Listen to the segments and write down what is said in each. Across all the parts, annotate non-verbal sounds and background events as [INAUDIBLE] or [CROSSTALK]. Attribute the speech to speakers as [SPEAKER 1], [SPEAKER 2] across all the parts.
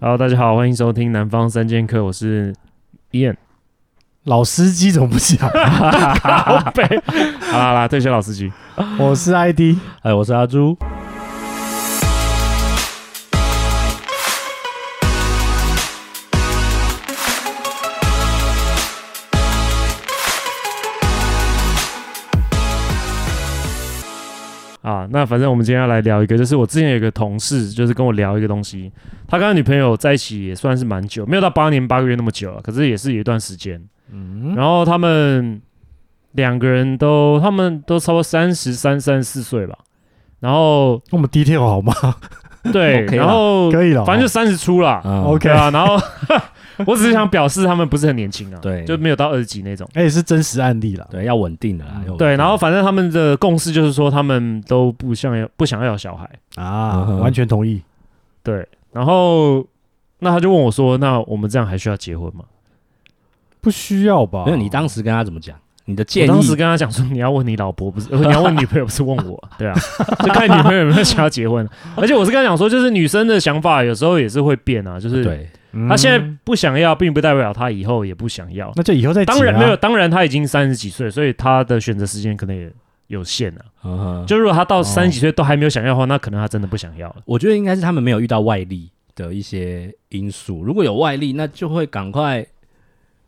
[SPEAKER 1] Hello，大家好，欢迎收听《南方三剑客》，我是 Ian。
[SPEAKER 2] 老司机怎么不讲？
[SPEAKER 1] 好背，好啦好啦，退休老司机。
[SPEAKER 2] 我是 ID，
[SPEAKER 3] 哎，我是阿朱。
[SPEAKER 1] 啊，那反正我们今天要来聊一个，就是我之前有一个同事，就是跟我聊一个东西，他跟他女朋友在一起也算是蛮久，没有到八年八个月那么久了，可是也是有一段时间。
[SPEAKER 2] 嗯，
[SPEAKER 1] 然后他们两个人都，他们都超过三十三、三十四岁吧。然后
[SPEAKER 2] 我们 detail 好吗？
[SPEAKER 1] 对
[SPEAKER 3] OK 啦
[SPEAKER 1] 然后
[SPEAKER 2] 可以了，哦
[SPEAKER 1] 反正就三十出啦。
[SPEAKER 3] 嗯
[SPEAKER 2] OK
[SPEAKER 1] 对啊，然后 [LAUGHS] 我只是想表示他们不是很年轻啊，
[SPEAKER 3] 对
[SPEAKER 1] 就没有到二十几那种。
[SPEAKER 2] 哎、是真实案例了。
[SPEAKER 3] 对，要稳定的啦。要稳定
[SPEAKER 1] 对，然后反正他们的共识就是说，他们都不想要不想要有小孩。
[SPEAKER 2] 啊
[SPEAKER 3] 嗯，哼
[SPEAKER 2] 完全同意。
[SPEAKER 1] 对，然后那他就问我说：“那我们这样还需要结婚吗
[SPEAKER 2] 不需要吧？
[SPEAKER 3] 没有你当时跟他怎么讲？你的？”
[SPEAKER 1] 我
[SPEAKER 3] 建议
[SPEAKER 1] 当时跟他讲说：“你要问你老婆，不是、
[SPEAKER 3] [LAUGHS]
[SPEAKER 1] 呃你要问女朋友，不是问我。” [LAUGHS] 对啊，就看女朋友有没有想要结
[SPEAKER 3] [LAUGHS]
[SPEAKER 1] 婚。而且我是跟他讲说，就是女生的想法有时候也是会变啊，就是
[SPEAKER 3] 对，
[SPEAKER 2] 嗯
[SPEAKER 1] 她现在不想要，并不代表她以后也不想要。
[SPEAKER 2] 那就以后再、啊、
[SPEAKER 1] 当然没有，，当然她已经三十几岁，所以她的选择时间可能也有限啊。
[SPEAKER 3] 嗯
[SPEAKER 1] 就如果她到
[SPEAKER 3] 哦
[SPEAKER 1] 三十几岁都还没有想要的话，那可能她真的不想要了。
[SPEAKER 3] 我觉得应该是他们没有遇到外力的一些因素。如果有外力，那就会赶快，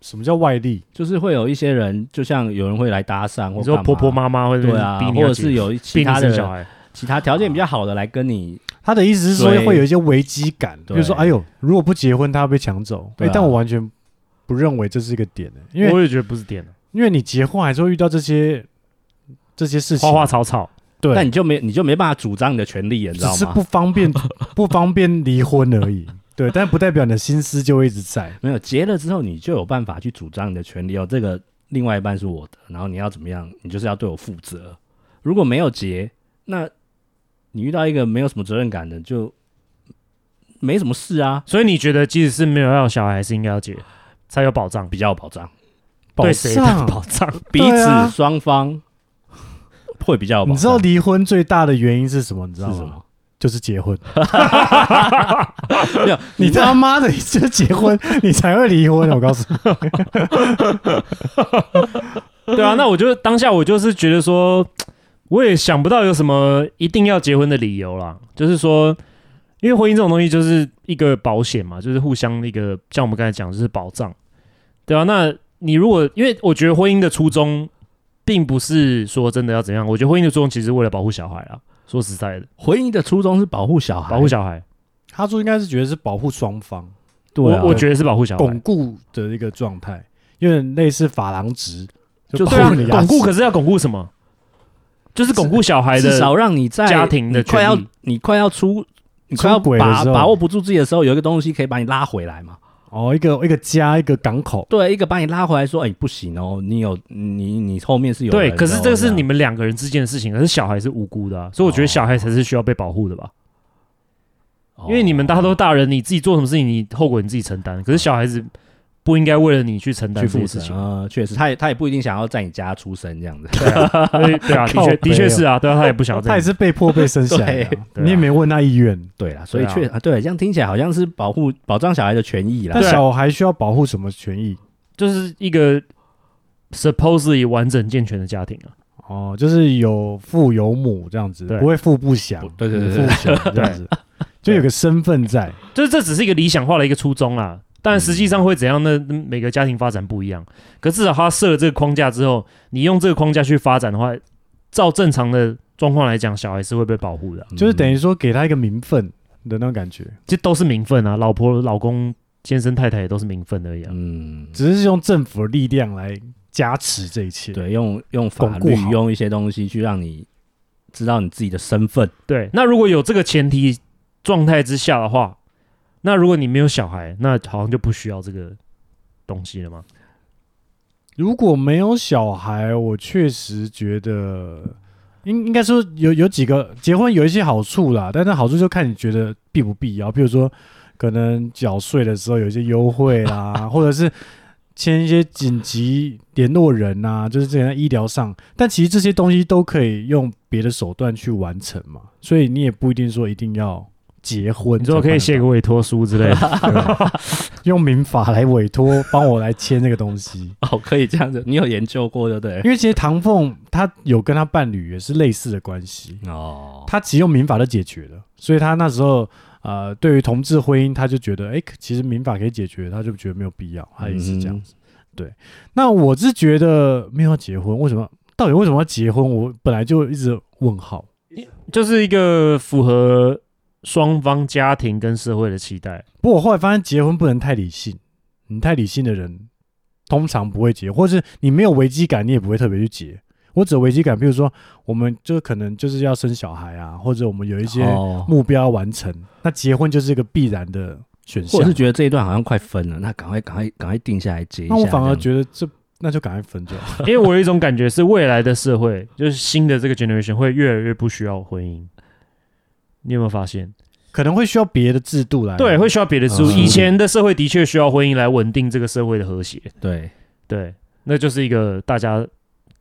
[SPEAKER 2] 什么叫外力？
[SPEAKER 3] 就是会有一些人，就像有人会来搭讪，或
[SPEAKER 1] 你说
[SPEAKER 3] 干嘛
[SPEAKER 1] 婆婆妈妈会
[SPEAKER 3] 对啊，
[SPEAKER 1] 逼你
[SPEAKER 3] 或
[SPEAKER 1] 要
[SPEAKER 3] 者
[SPEAKER 1] 结婚
[SPEAKER 3] 是有
[SPEAKER 1] 逼
[SPEAKER 3] 其
[SPEAKER 1] 你
[SPEAKER 3] 他
[SPEAKER 1] 生小
[SPEAKER 3] 的
[SPEAKER 1] 孩，
[SPEAKER 3] 其他条件比较好的来跟你，
[SPEAKER 2] 他的意思是说
[SPEAKER 3] 对
[SPEAKER 2] 会有一些危机感，比
[SPEAKER 3] 对
[SPEAKER 2] 如说，哎呦，如果不结婚，他会被抢走。哎、
[SPEAKER 3] 对啊
[SPEAKER 2] 但我完全不认为这是一个点、欸，因为
[SPEAKER 1] 我也觉得不是点啊，
[SPEAKER 2] 因为你结婚还是会遇到这些这些事情，
[SPEAKER 1] 花花草草。
[SPEAKER 2] 对，
[SPEAKER 3] 但你就没你就没办法主张你的权利，你知
[SPEAKER 2] 只
[SPEAKER 3] 道
[SPEAKER 2] 是
[SPEAKER 3] 吗
[SPEAKER 2] 不？方便 [LAUGHS] 不方便离婚而已。对，但不代表你的心思就会一直在。
[SPEAKER 3] 没有结了之后，你就有办法去主张你的权利哦。这个另外一半是我的，然后你要怎么样，你就是要对我负责。如果没有结，那你遇到一个没有什么责任感的，就没什么事啊，
[SPEAKER 1] 所以你觉得，即使是没有要小孩，还是应该要结，才有保障？
[SPEAKER 3] 比较有保障，
[SPEAKER 1] 对谁的
[SPEAKER 2] 障
[SPEAKER 1] 保障？
[SPEAKER 3] 彼
[SPEAKER 2] 对啊
[SPEAKER 3] 此双方 [LAUGHS] 会比较有保障。
[SPEAKER 2] 你知道离婚最大的原因是什么？你知道
[SPEAKER 3] 是什
[SPEAKER 2] 吗
[SPEAKER 3] 么？？
[SPEAKER 2] 就是结婚。
[SPEAKER 3] 没有，
[SPEAKER 2] 你
[SPEAKER 3] 你知道
[SPEAKER 2] 他妈的，你就结婚，你才会离婚。我告诉你，
[SPEAKER 1] 对啊，那我就当下我就是觉得说，我也想不到有什么一定要结婚的理由啦。就是说，因为婚姻这种东西就是一个保险嘛，就是互相的一个，像我们刚才讲，就是保障，对啊，那你如果因为我觉得婚姻的初衷，并不是说真的要怎样，我觉得婚姻的初衷其实是为了保护小孩啊。说实在的，
[SPEAKER 3] 婚姻的初衷是保护小孩，
[SPEAKER 1] 保护小孩，
[SPEAKER 2] 他说应该是觉得是保护双方，
[SPEAKER 3] 对啊
[SPEAKER 1] 我我觉得是保护小孩
[SPEAKER 2] [LAUGHS] 巩。固的一个状态，有点类似法郎值，
[SPEAKER 3] 就
[SPEAKER 2] 保
[SPEAKER 1] 对啊
[SPEAKER 2] 护你，的牙
[SPEAKER 1] 巩固
[SPEAKER 2] 齿
[SPEAKER 1] 可是要巩固什么？就是巩固小孩
[SPEAKER 3] 至
[SPEAKER 1] 的
[SPEAKER 3] 少让你在
[SPEAKER 1] 家庭的
[SPEAKER 3] 你快
[SPEAKER 1] 权
[SPEAKER 3] 要
[SPEAKER 1] 利
[SPEAKER 3] 你快要出你快要
[SPEAKER 2] 出轨的
[SPEAKER 3] 把
[SPEAKER 2] 时候
[SPEAKER 3] 把握不住自己的时候，有一个东西可以把你拉回来嘛。
[SPEAKER 2] 哦，一个一个家，一个港口，
[SPEAKER 3] 对，一个把你拉回来说，哎、不行哦，你有你你后面是有
[SPEAKER 1] 对，
[SPEAKER 3] 人的
[SPEAKER 1] 可是这
[SPEAKER 3] 哦
[SPEAKER 1] 个是
[SPEAKER 3] 样
[SPEAKER 1] 你们两个人之间的事情，可是小孩是无辜的啊，所以我觉得小孩才是需要被保护的吧。
[SPEAKER 3] 哦
[SPEAKER 1] 因为你们大家都大人，你自己做什么事情，你后果你自己承担。可是小孩子不应该为了你去承担
[SPEAKER 3] 去
[SPEAKER 1] 这
[SPEAKER 3] 负
[SPEAKER 1] 些
[SPEAKER 3] 责
[SPEAKER 1] 事情。
[SPEAKER 3] 呃，确实，他也他也不一定想要在你家出生这样子， [LAUGHS]
[SPEAKER 1] [LAUGHS] 对啊，对啊，的
[SPEAKER 2] 靠
[SPEAKER 1] 确
[SPEAKER 2] 北
[SPEAKER 1] 的确是啊，对啊，他也不想要这
[SPEAKER 2] 他也
[SPEAKER 1] 样。
[SPEAKER 2] 是被迫被生下来的
[SPEAKER 3] 对
[SPEAKER 2] 啊，
[SPEAKER 1] 对啊
[SPEAKER 2] 你也没问他意愿。
[SPEAKER 3] 对啦，所以
[SPEAKER 1] 对啊
[SPEAKER 3] 确啊对，这样听起来好像是保护保障小孩的权益啦
[SPEAKER 1] 啊
[SPEAKER 2] 但。小孩需要保护什么权益？
[SPEAKER 1] 就是一个 supposedly 完整健全的家庭啊。
[SPEAKER 2] 哦，就是有父有母这样子，
[SPEAKER 1] 对
[SPEAKER 2] 不会父不详，
[SPEAKER 3] 对对对
[SPEAKER 2] 母
[SPEAKER 3] 对
[SPEAKER 2] 父详这样子，就有个身份在。
[SPEAKER 1] 就是这只是一个理想化的一个初衷啦。但实际上会怎样呢？那每个家庭发展不一样。可至少他设了这个框架之后，你用这个框架去发展的话，照正常的状况来讲，小孩是会被保护的啊、
[SPEAKER 2] 就是等
[SPEAKER 3] 于
[SPEAKER 2] 于说给他一个名分的那种感觉，
[SPEAKER 1] 这都是名分啊，老婆、老公、先生、太太也都是名分而已啊。
[SPEAKER 3] 嗯，
[SPEAKER 2] 只是用政府的力量来加持这一切。，
[SPEAKER 3] 对，用用法
[SPEAKER 2] 巩固
[SPEAKER 3] 律
[SPEAKER 2] 好
[SPEAKER 3] 用一些东西去让你知道你自己的身份， [LAUGHS]
[SPEAKER 1] 对，那如果有这个前提状态之下的话，那如果你没有小孩，那好像就不需要这个东西了嘛。
[SPEAKER 2] 如果没有小孩，我确实觉得应应该说有有几个结婚有一些好处啦，但是好处就看你觉得必不必要，比如说可能缴税的时候有一些优惠
[SPEAKER 1] [LAUGHS]
[SPEAKER 2] 啦，或者是。签一些紧急联络人呐、就是这些在医疗上，但其实这些东西都可以用别的手段去完成嘛，所以你也不一定说一定要结婚，
[SPEAKER 1] 你之后可以写个委托书之类的，
[SPEAKER 2] 用民法来委托帮我来签这个东西。
[SPEAKER 3] 哦，可以这样子，你有研究过对不对？
[SPEAKER 2] [LAUGHS] 因为其实唐凤她有跟她伴侣也是类似的关系，
[SPEAKER 3] 哦，
[SPEAKER 2] 她只用民法就解决了，所以她那时候呃，对于同志婚姻，她就觉得哎、诶其实民法可以解决，她就觉得没有必要，她也是这样。
[SPEAKER 3] 嗯
[SPEAKER 2] 那我是觉得没有要结婚，为什么？到底为什么要结婚？我本来就一直问号。
[SPEAKER 1] 就是一个符合双方家庭跟社会的期待。
[SPEAKER 2] 不过我后来发现，结婚不能太理性，你太理性的人通常不会结，或是你没有危机感，你也不会特别去结。我指的危机感，比如说我们就可能就是要生小孩啊，或者我们有一些
[SPEAKER 3] 哦，
[SPEAKER 2] 目标要完成，那结婚就是一个必然的选
[SPEAKER 3] 或
[SPEAKER 2] 项
[SPEAKER 3] 者是。觉得这一段好像快分了，那赶快赶快赶快定下来结一下。
[SPEAKER 2] 那我反而
[SPEAKER 3] 得
[SPEAKER 2] 觉得这那就赶快分就好。
[SPEAKER 1] [LAUGHS] 因为我有一种感觉是，未来的社会就是新的这个 generation 会越来越不需要婚姻。你有没有发现？
[SPEAKER 2] 可能会需要别的制度来
[SPEAKER 1] 对，会需要别的事物。
[SPEAKER 3] 嗯
[SPEAKER 1] 以前的社会的确需要婚姻来稳定这个社会的和谐，
[SPEAKER 3] 对，
[SPEAKER 1] 对，那就是一个大家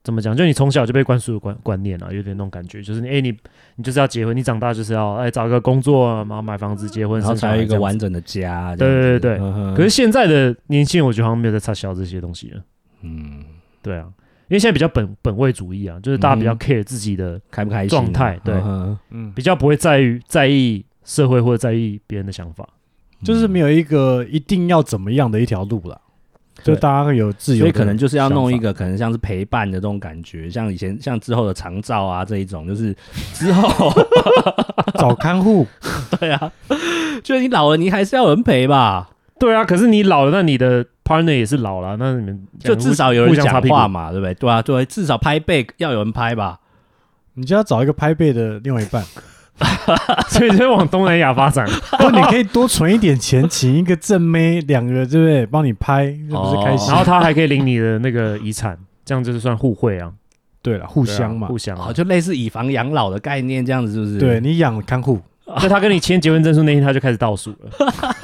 [SPEAKER 1] 怎么讲，就你从小就被灌输的观观念啊，有点那种感觉，就是你哎、你你就是要结婚，你长大就是要哎、找一个工作，然后买房子、结婚，
[SPEAKER 3] 然后
[SPEAKER 1] 生小
[SPEAKER 3] 才
[SPEAKER 1] 孩
[SPEAKER 3] 有一
[SPEAKER 1] 这
[SPEAKER 3] 个
[SPEAKER 1] 样
[SPEAKER 3] 完
[SPEAKER 1] 子。
[SPEAKER 3] 整的家。
[SPEAKER 1] 对对对对
[SPEAKER 3] 对
[SPEAKER 1] 可是现在的年轻人，我觉得好像没有在插销这些东西了。
[SPEAKER 3] 嗯，
[SPEAKER 1] 对啊，因为现在比较本本位主义啊，就是大家比较
[SPEAKER 3] 嗯
[SPEAKER 1] care 自己的，
[SPEAKER 3] 开不开心啊
[SPEAKER 1] 状态对
[SPEAKER 3] 嗯
[SPEAKER 2] 嗯，
[SPEAKER 1] 比较不会在于在意社会或者在意别人的想法。
[SPEAKER 2] 就是没有一个一定要怎么样的一条路啦，就
[SPEAKER 1] 对
[SPEAKER 2] 大家会有自由
[SPEAKER 3] 所
[SPEAKER 2] 的
[SPEAKER 3] 以
[SPEAKER 2] 想法，
[SPEAKER 3] 可能就是要弄一个可能像是陪伴的这种感觉，像以前像之后的长照啊这一种，就是之后 [LAUGHS]
[SPEAKER 2] 找看护，
[SPEAKER 3] 对啊，就是你老了你还是要有人陪吧，
[SPEAKER 1] 对啊，可是你老了，那你的 partner 也是老了，那你们
[SPEAKER 3] 就至少有人
[SPEAKER 1] 互相擦
[SPEAKER 3] 讲
[SPEAKER 1] 屁股
[SPEAKER 3] 话嘛，对不对？对啊，对，至少拍背要有人拍吧。
[SPEAKER 2] 你就要找一个拍背的另外一半。
[SPEAKER 1] 所以 [LAUGHS] 就往东南亚发
[SPEAKER 3] [LAUGHS]
[SPEAKER 1] 展。
[SPEAKER 2] [LAUGHS] 不，哦你可以多存一点钱，请一个正妹，两个对不对？帮你拍，这不是开心？
[SPEAKER 1] 然后他还可以领你的那个遗产，这样就是算互惠啊，
[SPEAKER 2] 对了，互
[SPEAKER 1] 对啊
[SPEAKER 2] 相嘛
[SPEAKER 1] 互，相啊
[SPEAKER 3] 哦，。就类似以房养老的概念这样子，是不是？
[SPEAKER 2] 对你养看护，
[SPEAKER 1] 在他跟你签结婚证书那天，他就开始倒数了。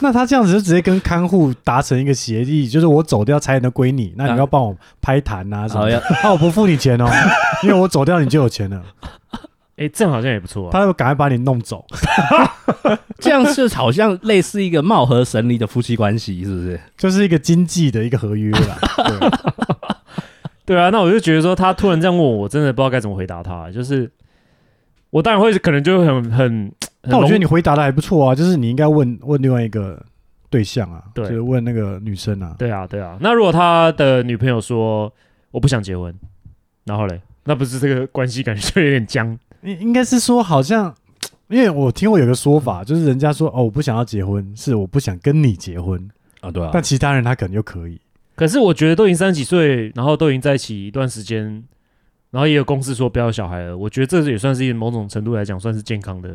[SPEAKER 2] 那他这样子就直接跟看护达成一个协议，就是我走掉财产都归你，那
[SPEAKER 1] 啊
[SPEAKER 2] 你要帮我拍坛啊什么
[SPEAKER 3] 好
[SPEAKER 2] 的
[SPEAKER 3] 要，
[SPEAKER 2] [LAUGHS] 那我不付
[SPEAKER 1] [LAUGHS]
[SPEAKER 2] 你钱哦，因为我走掉你就有钱了，
[SPEAKER 1] 哎，这样好像也不错啊。
[SPEAKER 2] 他会赶快把你弄走。
[SPEAKER 3] 这样是好像类似一个貌合神离的夫妻关系，是不是？
[SPEAKER 2] 就是一个经济的一个合
[SPEAKER 1] [LAUGHS]
[SPEAKER 2] 约啦，对，
[SPEAKER 1] 对啊，那我就觉得说，他突然这样问我，我真的不知道该怎么回答他。欸就是我当然会，可能就会很很。
[SPEAKER 2] 但我觉得
[SPEAKER 1] 你
[SPEAKER 2] 你回答的还不错啊，就是你应该问问另外一个对象啊，
[SPEAKER 1] 对
[SPEAKER 2] 就是问那个女生啊，
[SPEAKER 1] 对啊，对啊。那如果他的女朋友说我不想结婚，然后嘞，那不是这个关系感觉就有点僵？
[SPEAKER 2] 应应该是说，好像因为我听过有个说法，就是人家说哦，我不想要结婚，是我不想跟你结婚，
[SPEAKER 3] 啊，对啊
[SPEAKER 2] 但其他人他可能就可以。
[SPEAKER 1] 可是我觉得都已经三十几岁，然后都已经在一起一段时间，然后也有公司说不要小孩了，我觉得这也算是某种程度来讲算是健康的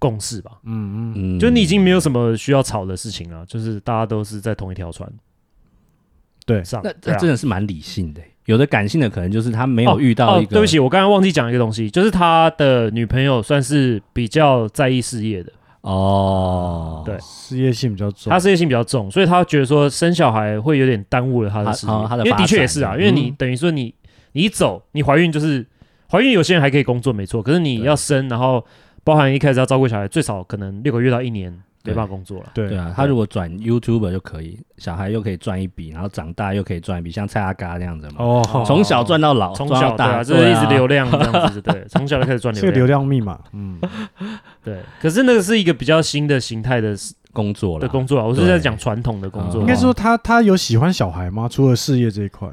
[SPEAKER 1] 共识吧。
[SPEAKER 2] 嗯嗯，
[SPEAKER 3] 嗯
[SPEAKER 1] 就你已经没有什么需要吵的事情了，啊就是大家都是在同一条船
[SPEAKER 2] 对，
[SPEAKER 1] 上。
[SPEAKER 3] 那
[SPEAKER 1] 对
[SPEAKER 3] 这
[SPEAKER 1] 啊
[SPEAKER 3] 真的是蛮理性的欸、有的感性的可能就是他没有遇到
[SPEAKER 1] 哦
[SPEAKER 3] 一
[SPEAKER 1] 哦，
[SPEAKER 3] 个，
[SPEAKER 1] 对不起，我刚刚忘记讲一个东西，就是他的女朋友算是比较在意事业的，
[SPEAKER 3] 哦，
[SPEAKER 1] 对
[SPEAKER 2] 事业性比较重
[SPEAKER 1] 他。事业心比较重，所以他觉得说生小孩会有点耽误了他的事业，
[SPEAKER 3] 他哦他
[SPEAKER 1] 因
[SPEAKER 3] 的
[SPEAKER 1] 为
[SPEAKER 3] 发
[SPEAKER 1] 的确
[SPEAKER 3] 展
[SPEAKER 1] 也是啊，
[SPEAKER 3] 嗯
[SPEAKER 1] 因为你等于说你你一走，你怀孕就是怀孕，有些人还可以工作没错，可是你要生，然后包含一开始要照顾小孩，最少可能六个月到一年没
[SPEAKER 3] 对
[SPEAKER 1] 办法工作了。
[SPEAKER 2] 对
[SPEAKER 3] 对啊，他如果转 YouTuber 就可以，小孩又可以赚一笔，然后长大又可以赚一笔，像蔡阿嘎那样子嘛，
[SPEAKER 2] 哦，
[SPEAKER 3] 从小赚到老，
[SPEAKER 1] 从
[SPEAKER 3] 赚
[SPEAKER 1] 小
[SPEAKER 3] 哦到
[SPEAKER 1] 对
[SPEAKER 3] 大，
[SPEAKER 1] 啊，就是
[SPEAKER 3] 对
[SPEAKER 1] 一
[SPEAKER 3] 啊
[SPEAKER 1] 直流量这样子，
[SPEAKER 3] [LAUGHS]
[SPEAKER 1] 对，从小就开始赚
[SPEAKER 2] 是
[SPEAKER 1] 流
[SPEAKER 2] 个流
[SPEAKER 1] 量，
[SPEAKER 2] 量密码。
[SPEAKER 1] [LAUGHS]
[SPEAKER 2] 嗯，
[SPEAKER 1] 对。可是那个是一个比较新的形态的
[SPEAKER 3] 工作
[SPEAKER 1] 的
[SPEAKER 3] 了，
[SPEAKER 1] 工作啊，我是在
[SPEAKER 3] 对
[SPEAKER 1] 讲传统的工作，啊
[SPEAKER 3] 哦
[SPEAKER 2] 应该说他他有喜欢小孩吗？除了事业这一块，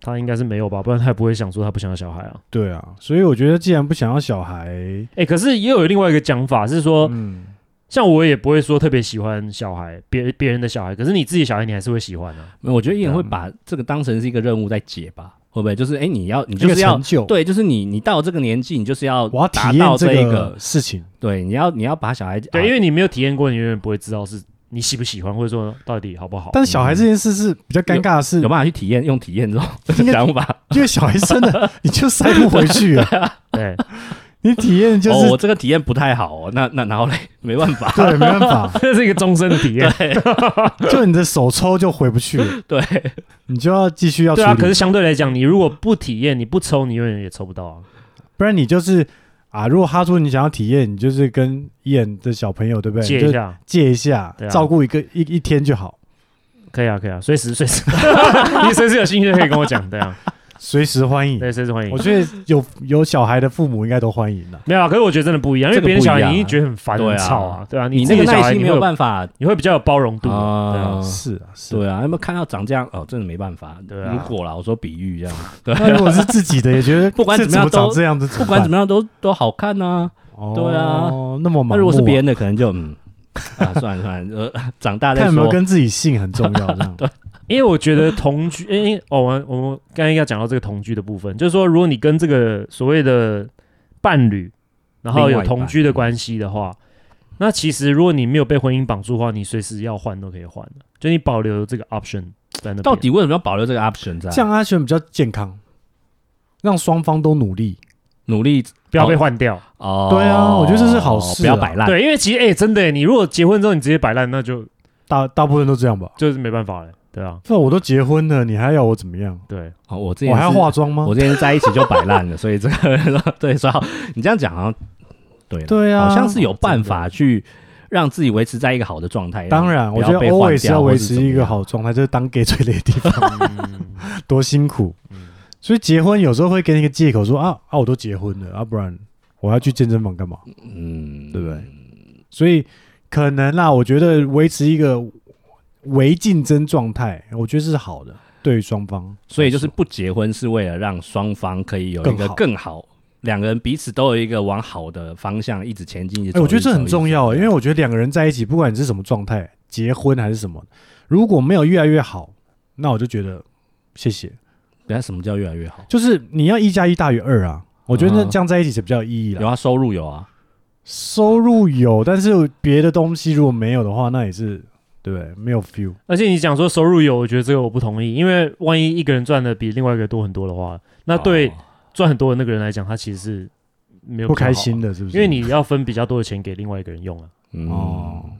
[SPEAKER 1] 他应该是没有吧，不然他也不会想说他不想要小孩啊。
[SPEAKER 2] 对啊，所以我觉得既然不想要小孩，
[SPEAKER 1] 哎，可是也有另外一个讲法是说，
[SPEAKER 2] 嗯，
[SPEAKER 1] 像我也不会说特别喜欢小孩，别别人的小孩，可是你自己的小孩你还是会喜欢啊。
[SPEAKER 3] 没有我觉得艺人会把这个当成是一个任务在解吧，会不会？就是哎，你要你
[SPEAKER 2] 一
[SPEAKER 3] 就
[SPEAKER 2] 个
[SPEAKER 3] 是要
[SPEAKER 2] 成就，，
[SPEAKER 3] 对，就是你你到这个年纪，你就是要
[SPEAKER 2] 我要
[SPEAKER 3] 达
[SPEAKER 2] 体验
[SPEAKER 3] 到这一哦
[SPEAKER 2] 个事情。
[SPEAKER 3] 对，你要你要把小孩
[SPEAKER 1] 对，
[SPEAKER 3] 啊
[SPEAKER 1] 因为你没有体验过，你永远不会知道是你喜不喜欢，或者说到底好不好。
[SPEAKER 2] 但小孩这件事是比较尴尬的是
[SPEAKER 3] 啊有，办法去体验，用体验这
[SPEAKER 1] [LAUGHS]
[SPEAKER 2] 应
[SPEAKER 3] 种
[SPEAKER 2] 该
[SPEAKER 3] 想法。
[SPEAKER 2] 因为小孩生了 [LAUGHS] 你就塞不回去
[SPEAKER 3] [LAUGHS]
[SPEAKER 2] 啊，
[SPEAKER 1] 对， [LAUGHS]
[SPEAKER 2] 你体验就
[SPEAKER 3] 哦，
[SPEAKER 2] 是
[SPEAKER 3] 我这个体验不太好哦，那那然后嘞，没办
[SPEAKER 2] [LAUGHS]
[SPEAKER 3] 法，
[SPEAKER 2] 对，没办法，
[SPEAKER 1] 这是一个终身的体验。
[SPEAKER 3] [LAUGHS]
[SPEAKER 2] 就你的手抽就回不去了，
[SPEAKER 3] 对，
[SPEAKER 2] 你就要继续要处
[SPEAKER 1] 对
[SPEAKER 2] 理，
[SPEAKER 1] 啊，可是相对来讲，你如果不体验，你不抽，你永远也抽不到啊。
[SPEAKER 2] 不然你就是啊，如果哈出你想要体验，你就是跟伊人的小朋友，对不对？
[SPEAKER 1] 借
[SPEAKER 2] 就
[SPEAKER 1] 一下，
[SPEAKER 2] 借一下，
[SPEAKER 1] 对啊
[SPEAKER 2] 照顾一个一一天就好，
[SPEAKER 1] 可以啊，可以啊，随时随 [LAUGHS] 时，你 [LAUGHS] 随时有兴趣可以跟我讲，对啊，
[SPEAKER 2] 随时欢
[SPEAKER 1] [LAUGHS]
[SPEAKER 2] 迎。
[SPEAKER 1] 对，随时欢迎
[SPEAKER 2] 我。觉得有有小孩的父母应该都欢迎啦。
[SPEAKER 1] 没有啊，可是我觉得真的不一样，因为
[SPEAKER 3] 这个
[SPEAKER 1] 别人小
[SPEAKER 3] 不一
[SPEAKER 1] 孩
[SPEAKER 3] 样啊
[SPEAKER 1] 你已经觉得很烦、
[SPEAKER 3] 对啊
[SPEAKER 1] 很吵啊，对啊，
[SPEAKER 3] 你
[SPEAKER 1] 自己
[SPEAKER 3] 那个
[SPEAKER 1] 的小
[SPEAKER 3] 耐
[SPEAKER 1] 孩
[SPEAKER 3] 心
[SPEAKER 1] 你会
[SPEAKER 3] 没有
[SPEAKER 1] 有
[SPEAKER 3] 办法，
[SPEAKER 1] 你会比较有包容度啊，对啊
[SPEAKER 3] 啊，
[SPEAKER 2] 是啊，是啊。
[SPEAKER 3] 对啊，有没有看到长这样？哦，真的没办法。
[SPEAKER 1] 对啊
[SPEAKER 3] 如果啦，我说比喻
[SPEAKER 2] [LAUGHS]
[SPEAKER 3] 这样，
[SPEAKER 2] 那如果是自己的，也觉
[SPEAKER 3] [LAUGHS]
[SPEAKER 2] 得
[SPEAKER 3] 不管
[SPEAKER 2] 这
[SPEAKER 3] 怎么样
[SPEAKER 2] 长
[SPEAKER 3] 都
[SPEAKER 2] 这样子，
[SPEAKER 3] 不管怎
[SPEAKER 2] 么
[SPEAKER 3] 么样都都好看呐。
[SPEAKER 2] 办，
[SPEAKER 3] 对啊
[SPEAKER 2] 哦，那么
[SPEAKER 3] 那
[SPEAKER 2] 忙。
[SPEAKER 3] 如果是别人的，可能就嗯啊， [LAUGHS] 算了算了，呃，长大
[SPEAKER 2] 看
[SPEAKER 3] 再
[SPEAKER 2] 有没有
[SPEAKER 3] 说。
[SPEAKER 2] 跟自己姓很重
[SPEAKER 3] [LAUGHS]
[SPEAKER 2] 要，这样
[SPEAKER 3] 啊
[SPEAKER 1] 因为我觉得同居， [COUGHS] 因为哦，我们我们刚才要讲到这个同居的部分，就是说，如果你跟这个所谓的伴侣，然后
[SPEAKER 3] 另
[SPEAKER 1] 有
[SPEAKER 3] 外一半
[SPEAKER 1] 同居的关系的话，那其实如果你没有被婚姻绑住的话，你随时要换都可以换的，就你保留这个 option 在那边。
[SPEAKER 3] 到底为什么要保留这个 option 在？
[SPEAKER 2] 这样阿璇比较健康，让双方都努力。
[SPEAKER 3] 努力
[SPEAKER 1] 不要被换掉？
[SPEAKER 3] 哦。
[SPEAKER 2] 对啊我觉得这是好事啊
[SPEAKER 3] 不要摆烂。
[SPEAKER 1] 对，因为其实哎、真的、你如果结婚之后你直接摆烂，那就
[SPEAKER 2] 大大部分都这样吧？
[SPEAKER 1] 就是没办法了，对啊，
[SPEAKER 2] 那我都结婚了，你还要我怎么样？
[SPEAKER 1] [LAUGHS] 对，
[SPEAKER 3] 哦，我之前
[SPEAKER 2] 我还要
[SPEAKER 3] 是
[SPEAKER 2] 化妆吗
[SPEAKER 3] 我？之前在一起就摆
[SPEAKER 2] [LAUGHS]
[SPEAKER 3] 烂了，所以这个 [LAUGHS] 对，所以好你这样讲好像对啦
[SPEAKER 2] 对啊
[SPEAKER 3] 好像是有办法去让自己维持在一个好的状态。
[SPEAKER 2] 当然，我觉得
[SPEAKER 3] 不要被换
[SPEAKER 2] always
[SPEAKER 3] 掉
[SPEAKER 2] 要维
[SPEAKER 3] 或是
[SPEAKER 2] 持
[SPEAKER 3] 怎么
[SPEAKER 2] 一个
[SPEAKER 3] 样
[SPEAKER 2] 好状态，这是当 gay 最累的地
[SPEAKER 3] [LAUGHS]
[SPEAKER 2] 方，
[SPEAKER 1] 嗯、
[SPEAKER 2] 多辛苦
[SPEAKER 1] 嗯。
[SPEAKER 2] 所以结婚有时候会给你一个借口说啊啊，我都结婚了，啊不然我要去健身房干嘛？
[SPEAKER 3] 嗯，
[SPEAKER 2] 对不对？所以可能啦，我觉得维持一个微竞争状态，我觉得是好的，对于双方来说。
[SPEAKER 3] 所以就是不结婚是为了让双方可以有一
[SPEAKER 2] 更
[SPEAKER 3] 个
[SPEAKER 2] 好
[SPEAKER 3] 更好，两个人彼此都有一个往好的方向一直前进。一直
[SPEAKER 2] 哎、
[SPEAKER 3] 走
[SPEAKER 2] 我觉得这很重要、因为
[SPEAKER 3] 一直走
[SPEAKER 2] 我觉得两个人在一起，不管你是什么状态，结婚还是什么，如果没有越来越好，那我就觉得谢谢。
[SPEAKER 3] 等啊下什么叫越来越好？
[SPEAKER 2] 就是你要一加一大于二啊，我觉得那
[SPEAKER 3] 嗯
[SPEAKER 2] 这样在一起才比较有意义
[SPEAKER 3] 有
[SPEAKER 2] 啦。
[SPEAKER 3] 啊，收入有啊，
[SPEAKER 2] 收入有，但是别的东西如果没有的话，那也是对不对？没有 feel。
[SPEAKER 1] 而且你讲说收入有，我觉得这个我不同意，因为万一一个人赚的比另外一个多很多的话，那对
[SPEAKER 3] 哦
[SPEAKER 1] 赚很多的那个人来讲，他其实是没有
[SPEAKER 2] 不
[SPEAKER 1] 比较好啊
[SPEAKER 2] 开心，的是不是？
[SPEAKER 1] 因为你要分比较多的钱给另外一个人用啊，
[SPEAKER 2] 哦
[SPEAKER 3] 哦，，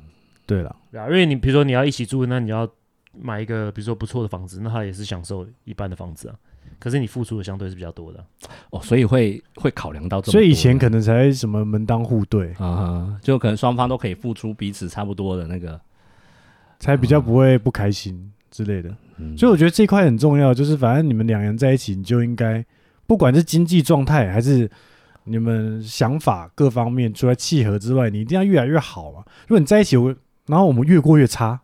[SPEAKER 2] 对了，
[SPEAKER 1] 对啊，因为你比如说你要一起住，那你要买一个比如说不错的房子，那他也是享受一般的房子啊，可是你付出的相对是比较多的啊、
[SPEAKER 3] 哦，所以会会考量到这么多，
[SPEAKER 2] 所以以前可能才什么门当户对，
[SPEAKER 3] 啊哈，就可能双方都可以付出彼此差不多的那个，
[SPEAKER 2] 才比较
[SPEAKER 1] 嗯
[SPEAKER 2] 不会不开心之类的。
[SPEAKER 3] 嗯
[SPEAKER 2] 所以我觉得这一块很重要，就是反正你们两人在一起，你就应该不管是经济状态还是你们想法各方面，除了契合之外，你一定要越来越好嘛。如果你在一起，我然后我们越过越差，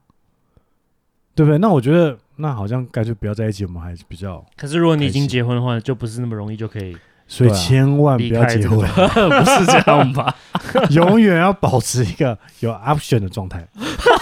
[SPEAKER 2] 对不对？那我觉得那好像干脆不要在一起，我们还是比较。
[SPEAKER 1] 可是如果你已经
[SPEAKER 3] 开心
[SPEAKER 1] 结婚的话，就不是那么容易就可以
[SPEAKER 2] [LAUGHS] 所以
[SPEAKER 3] 对啊
[SPEAKER 2] 千万不要
[SPEAKER 1] 离开
[SPEAKER 2] 结
[SPEAKER 1] 这个
[SPEAKER 2] 婚，
[SPEAKER 3] [LAUGHS] 不是这样吧？
[SPEAKER 2] [LAUGHS] 永远要保持一个有 option 的状态，
[SPEAKER 1] [LAUGHS]